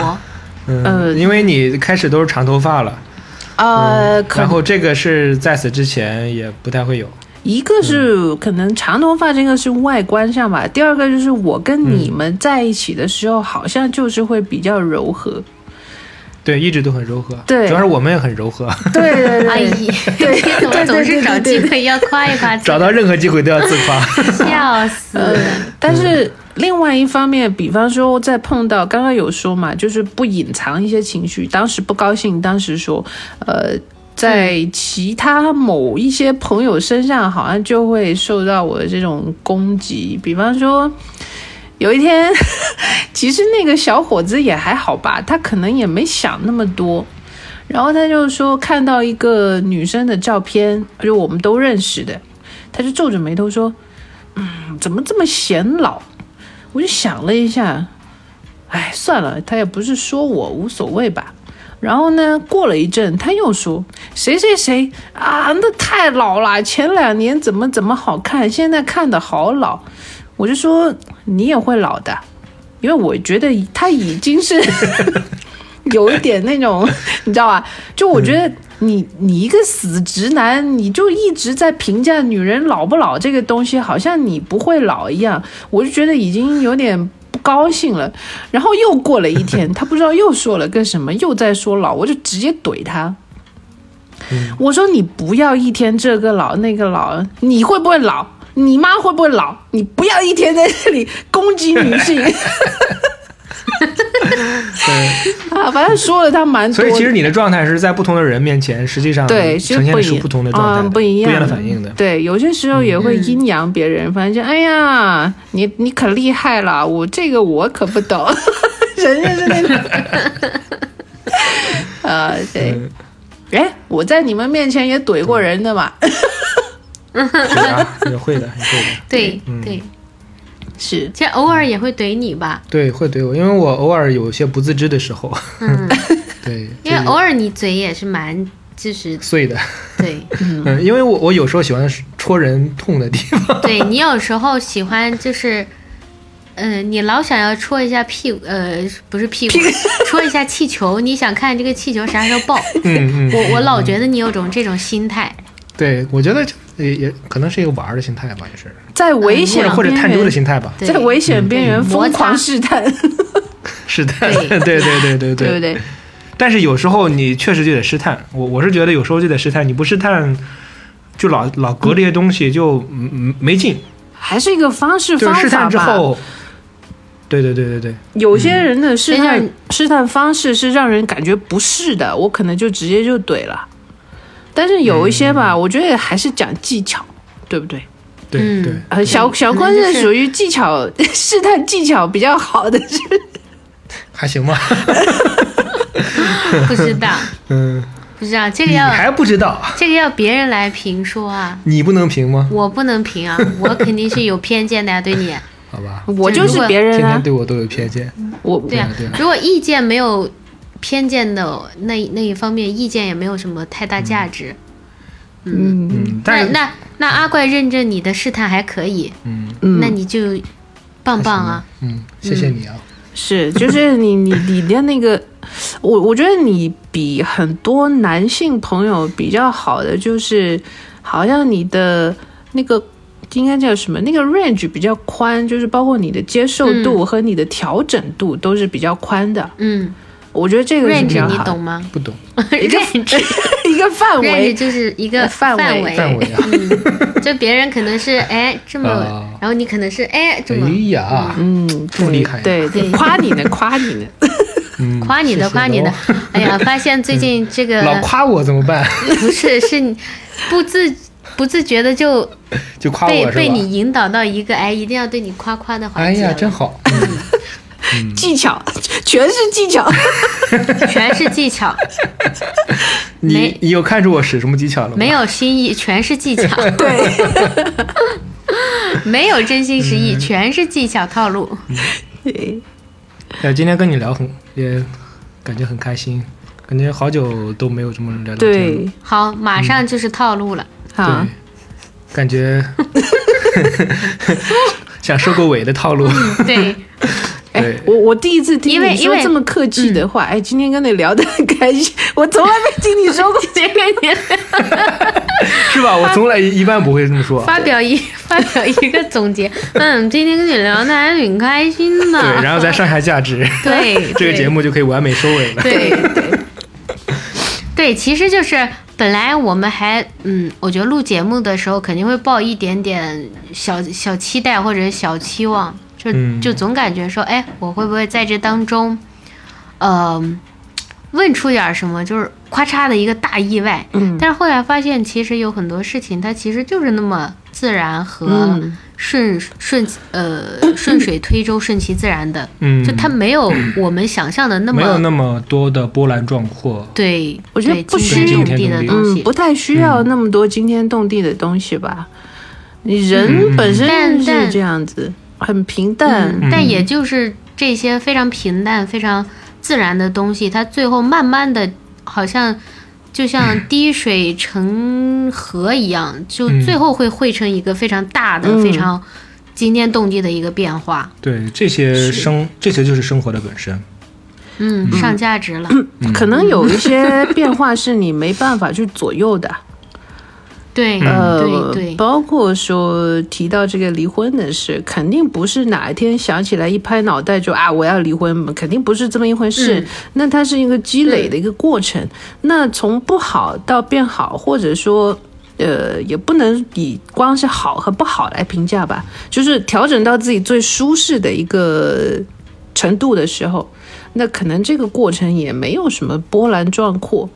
[SPEAKER 4] 呃
[SPEAKER 3] 嗯，因为你开始都是长头发了，
[SPEAKER 4] 呃，
[SPEAKER 3] 嗯
[SPEAKER 4] 可
[SPEAKER 3] 然
[SPEAKER 4] 能
[SPEAKER 3] 后这个是在此之前也不太会有。
[SPEAKER 4] 一个
[SPEAKER 3] 嗯
[SPEAKER 4] 是可能长头发这个是外观上吧，第二个就是我跟
[SPEAKER 3] 嗯
[SPEAKER 4] 你们在一起的时候，好像就是会比较柔 和。
[SPEAKER 3] 对，一直都很柔和，
[SPEAKER 4] 对
[SPEAKER 3] 主要是我们也很柔和，
[SPEAKER 4] 对对
[SPEAKER 2] 阿
[SPEAKER 4] 对
[SPEAKER 2] 姨，你怎么总是找机会要夸一夸自己？
[SPEAKER 3] 找到任何机会都要自 夸。
[SPEAKER 2] 笑死！
[SPEAKER 4] 呃，但是另外一方面，比方说呃在碰到刚刚有说嘛，就是不隐藏一些情绪，当时不高兴，当时说，呃。在其他某一些朋友身上，好像就会受到我的这种攻击。比方说，有一天，呃其实那个小伙子也还好吧，他可能也没想那么多。然后他就说看到一个女生的照片，就我们都认识的，他就皱着眉头说：“嗯，怎么这么显老？”我就想了一下，哎，算了，他也不是说我无所谓吧。然后呢，过了一阵，他又说：“谁谁谁啊，那太老了，前两年怎么怎么好看，现在看的好老。”我就说：“你也会老的，因为我觉得他已经是 有一点那种，你知道吧？就我觉得你你一个死直男，你就一直在评价女人老不老这个东西，好像你不会老一样，我就觉得已经有点。”不高兴了，然后又过了一天，他不知道又说了个什么，又在说老，我就直接怼他。我说你不要一天这个老那个老，你会不会老？你妈会不会老？你不要一天在这里攻击女性
[SPEAKER 3] 对，
[SPEAKER 4] 啊！反正说了他蛮多
[SPEAKER 3] 所
[SPEAKER 4] 的，
[SPEAKER 3] 以其实你的状态是在不同的人面前，实际上
[SPEAKER 4] 对其实
[SPEAKER 3] 呈现
[SPEAKER 4] 不
[SPEAKER 3] 的
[SPEAKER 4] 一
[SPEAKER 3] 是不同的状态的、
[SPEAKER 4] 啊
[SPEAKER 3] 不
[SPEAKER 4] 不一样
[SPEAKER 3] 样的反应的。
[SPEAKER 4] 对，有些时候也会阴阳别人，反正就哎呀，你你可厉害了，我这个我可 不懂，人家是那种，啊对，哎，我在你们面前也怼过人的
[SPEAKER 3] 嗯
[SPEAKER 4] 嘛，
[SPEAKER 3] 对啊， 也会的，也会的。
[SPEAKER 2] 对对，
[SPEAKER 4] 是
[SPEAKER 2] 其实偶尔也会怼你吧，
[SPEAKER 3] 对，会怼我，因为我偶尔有些不自知的时候，
[SPEAKER 2] 嗯，
[SPEAKER 3] 对，
[SPEAKER 2] 因为偶尔你嘴也是蛮就是
[SPEAKER 3] 碎的。
[SPEAKER 2] 对
[SPEAKER 3] 嗯，因为我我有时候喜欢戳人痛的地方。
[SPEAKER 2] 对，你有时候喜欢就是。嗯，你老想要戳一下屁股，呃，不是屁股，戳一下气球，你想看这个气球啥时候爆？
[SPEAKER 3] 嗯 嗯，
[SPEAKER 2] 我我老觉得你有种这种心态，
[SPEAKER 3] 对，我觉得这也也可能是一个玩儿的心态吧，也是，
[SPEAKER 4] 在危
[SPEAKER 3] 或
[SPEAKER 4] 险
[SPEAKER 3] 者哎或者
[SPEAKER 4] 边
[SPEAKER 3] 探究的
[SPEAKER 4] 缘，
[SPEAKER 3] 心态吧。
[SPEAKER 2] 对
[SPEAKER 4] 在危险边缘疯狂试探，
[SPEAKER 3] 试探，
[SPEAKER 2] 对
[SPEAKER 3] 对 对对 对
[SPEAKER 4] 对不对？
[SPEAKER 3] 但是有时候你确实就得试探，我我是觉得有时候就得试探，你不试探，就老老隔这些东西就嗯嗯没劲。
[SPEAKER 4] 还是一个方式
[SPEAKER 3] 就
[SPEAKER 4] 方
[SPEAKER 3] 是试
[SPEAKER 4] 法
[SPEAKER 3] 探之
[SPEAKER 4] 吧。
[SPEAKER 3] 后，对对对对对，
[SPEAKER 4] 有些人的试探、
[SPEAKER 2] 嗯
[SPEAKER 4] 试探方式是让人感觉不适的，我可能就直接就怼了。但是有一些
[SPEAKER 3] 嗯
[SPEAKER 4] 吧，我觉得还是讲技巧，对不对？
[SPEAKER 3] 对、
[SPEAKER 2] 嗯
[SPEAKER 3] 对。
[SPEAKER 4] 呃，小小坤
[SPEAKER 2] 就是
[SPEAKER 4] 是属于技巧 试探技巧比较好的，是
[SPEAKER 3] 还行吧，
[SPEAKER 2] 不知道，
[SPEAKER 3] 嗯，
[SPEAKER 2] 不知道这个
[SPEAKER 3] 你
[SPEAKER 2] 要
[SPEAKER 3] 还不知道，
[SPEAKER 2] 这个要别人来评说啊，
[SPEAKER 3] 你不能评吗？
[SPEAKER 2] 我不能评啊，我肯定是有偏见的呀、对你。
[SPEAKER 3] 好吧，
[SPEAKER 4] 我
[SPEAKER 2] 就
[SPEAKER 4] 就是是别人
[SPEAKER 3] 天
[SPEAKER 4] 啊
[SPEAKER 3] 天，对我都有偏见，
[SPEAKER 4] 我
[SPEAKER 2] 对啊，
[SPEAKER 3] 对啊
[SPEAKER 2] 如果意见没有偏见的那那一方面，意见也没有什么太大价值。
[SPEAKER 4] 嗯
[SPEAKER 3] 嗯，
[SPEAKER 2] 那
[SPEAKER 3] 但是
[SPEAKER 2] 那那阿怪认证你的试探还可以，
[SPEAKER 3] 嗯
[SPEAKER 2] 那
[SPEAKER 4] 嗯，
[SPEAKER 2] 你就棒棒啊！
[SPEAKER 3] 嗯，谢谢你啊，
[SPEAKER 4] 是就是你你你的那个，我我觉得你比很多男性朋友比较好的就是，好像你的那个应该叫什么？那个 range 比较
[SPEAKER 2] 嗯
[SPEAKER 4] 宽，就是包括你的接受度和你的调整度都是比较宽的。
[SPEAKER 2] 嗯
[SPEAKER 4] 我觉得这个是比
[SPEAKER 2] range
[SPEAKER 4] 较
[SPEAKER 2] 你
[SPEAKER 4] 好的
[SPEAKER 2] 懂吗
[SPEAKER 3] 不懂
[SPEAKER 2] ？range
[SPEAKER 4] 一个范
[SPEAKER 2] range
[SPEAKER 4] 围。
[SPEAKER 2] 就是一个
[SPEAKER 4] 范围
[SPEAKER 2] 围，嗯
[SPEAKER 3] 范围啊？
[SPEAKER 2] 就别人可能是哎这么
[SPEAKER 3] 啊，
[SPEAKER 2] 然后你可能是哎 这
[SPEAKER 3] 哎
[SPEAKER 2] 么
[SPEAKER 3] 呀，
[SPEAKER 4] 嗯，
[SPEAKER 3] 这么
[SPEAKER 4] 对
[SPEAKER 3] 厉害
[SPEAKER 4] 对对，夸你呢，夸你呢。
[SPEAKER 3] 嗯
[SPEAKER 2] 夸你的
[SPEAKER 3] 是是
[SPEAKER 2] 夸你的
[SPEAKER 3] 哦，
[SPEAKER 2] 哎呀，发现最近这个
[SPEAKER 3] 嗯老夸我怎 么办？
[SPEAKER 2] 不是是你不自不自觉的就
[SPEAKER 3] 就夸
[SPEAKER 2] 被
[SPEAKER 3] 我是
[SPEAKER 2] 被
[SPEAKER 3] 吧？
[SPEAKER 2] 你引导到一个哎一定要对你夸夸的
[SPEAKER 3] 哎
[SPEAKER 2] 环节了，
[SPEAKER 3] 呀，真好，嗯
[SPEAKER 4] 技巧，全是技 巧。
[SPEAKER 2] 全是技 巧，
[SPEAKER 3] 你
[SPEAKER 2] 没
[SPEAKER 3] 你有看出我使什么技巧了吗？
[SPEAKER 2] 没有心意，全是 技巧，
[SPEAKER 4] 对，
[SPEAKER 2] 没有真心实
[SPEAKER 3] 嗯
[SPEAKER 2] 意，全是技巧套路。
[SPEAKER 4] 对
[SPEAKER 3] 哎，今天跟你聊很也感觉很开心，感觉好久都没有这么聊聊天了。
[SPEAKER 4] 对，
[SPEAKER 2] 好，马上就是套路了，
[SPEAKER 4] 好，
[SPEAKER 3] 对，感觉想收个尾的套路。
[SPEAKER 2] 对，
[SPEAKER 4] 哎
[SPEAKER 3] 对，
[SPEAKER 4] 我我第一次听
[SPEAKER 2] 因为
[SPEAKER 4] 你说
[SPEAKER 2] 因为嗯
[SPEAKER 4] 这么客气的话，哎，今天跟你聊得很开心，我从来没听你说过这个。
[SPEAKER 3] 是吧？我从来一般不会这么说。
[SPEAKER 2] 发表一 发表一个总结，嗯，今天跟你聊的还挺开心
[SPEAKER 3] 对，
[SPEAKER 2] 的，
[SPEAKER 3] 然后再上下价值，
[SPEAKER 2] 对，
[SPEAKER 3] 这个
[SPEAKER 2] 嗯对
[SPEAKER 3] 节目就可以完美收尾了。
[SPEAKER 2] 对对 对，其实就是本来我们还嗯，我觉得录节目的时候肯定会抱一点点小小期待或者小期望，就、
[SPEAKER 3] 嗯
[SPEAKER 2] 就总感觉说，哎，我会不会在这当中，嗯、问出点儿什么，就是咔嚓的一个大意外。
[SPEAKER 4] 嗯
[SPEAKER 2] 但是后来发现，其实有很多事情它其实就是那么自然和
[SPEAKER 4] 嗯
[SPEAKER 2] 顺、顺呃顺水推舟、顺其自然的，
[SPEAKER 3] 嗯，
[SPEAKER 2] 就它没有我们想象的那么
[SPEAKER 3] 没有那么多的波澜壮阔。
[SPEAKER 2] 对，
[SPEAKER 4] 我觉得
[SPEAKER 2] 对
[SPEAKER 4] 不
[SPEAKER 2] 惊
[SPEAKER 4] 需
[SPEAKER 2] 天
[SPEAKER 3] 要
[SPEAKER 2] 动地的东
[SPEAKER 4] 嗯，
[SPEAKER 2] 西。
[SPEAKER 4] 不太需要那么多惊天动地的东西吧。你人本
[SPEAKER 2] 但
[SPEAKER 4] 身是
[SPEAKER 2] 但
[SPEAKER 4] 这样子，很平淡。
[SPEAKER 2] 嗯但也就是这些非常平淡、非常自然的东西，它最后慢慢的，好像就像滴水成河一样，就
[SPEAKER 3] 嗯
[SPEAKER 2] 最后会汇成一个非常大的、
[SPEAKER 4] 嗯
[SPEAKER 2] 非常惊天动地的一个变化。
[SPEAKER 3] 对，这些生，这些就是生活的本身。
[SPEAKER 2] 嗯，上价值了。
[SPEAKER 4] 嗯可能有一些变化是你没办法去左右的，
[SPEAKER 2] 对对
[SPEAKER 4] 呃，
[SPEAKER 2] 对，
[SPEAKER 4] 包括说提到这个离婚的事，肯定不是哪一天想起来一拍脑袋就啊我要离婚，肯定不是这么一回事。
[SPEAKER 2] 嗯
[SPEAKER 4] 那它是一个积累的一个过程。那从不好到变好，或者说。呃，也不能以光是好和不好来评价吧，就是调整到自己最舒适的一个程度的时候，那可能这个过程也没有什么波澜壮阔，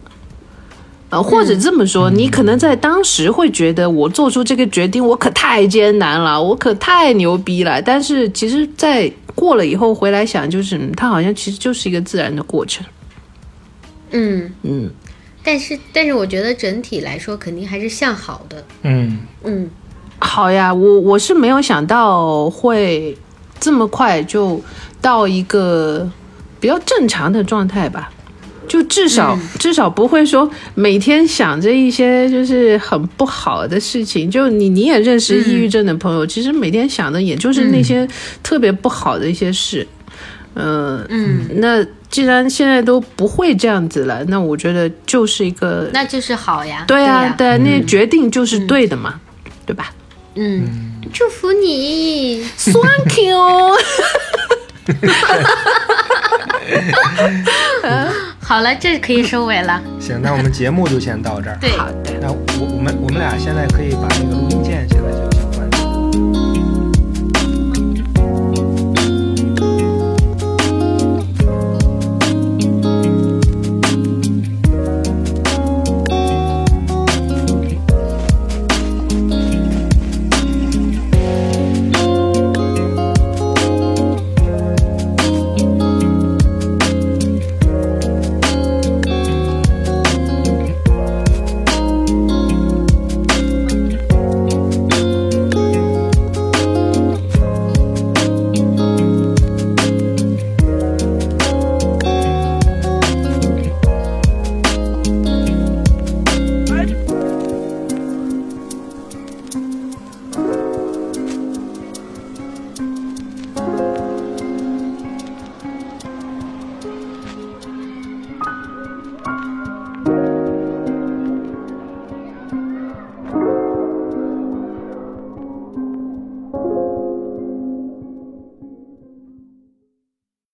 [SPEAKER 4] 呃，或者这么说，你可能在当时会觉得我做出这个决定，我可太艰难了，我可太牛逼了。但是其实，在过了以后回来想，就是嗯它好像其实就是一个自然的过程。
[SPEAKER 2] 嗯。
[SPEAKER 4] 嗯，
[SPEAKER 2] 但是但是，我觉得整体来说，肯定还是向好的。
[SPEAKER 3] 嗯，
[SPEAKER 2] 嗯，
[SPEAKER 4] 好呀，我我是没有想到会这么快就到一个比较正常的状态吧。就至少、
[SPEAKER 2] 嗯
[SPEAKER 4] 至少不会说每天想着一些就是很不好的事情。就你你也认识抑郁症的朋
[SPEAKER 2] 嗯
[SPEAKER 4] 友，其实每天想的也就是那些特别不好的一些事。嗯、
[SPEAKER 2] 嗯
[SPEAKER 4] 那既然现在都不会这样子了，那我觉得就是一个
[SPEAKER 2] 那就是好呀。
[SPEAKER 4] 对啊，
[SPEAKER 2] 呀，
[SPEAKER 4] 对啊，那些决定就是对的嘛，对吧？
[SPEAKER 2] 嗯，祝福你。
[SPEAKER 4] Thank you。
[SPEAKER 2] 好了，这可以收尾了。
[SPEAKER 3] 行，那我们节目就先到这儿。
[SPEAKER 2] 对，
[SPEAKER 3] 那我我们我们俩现在可以把那个录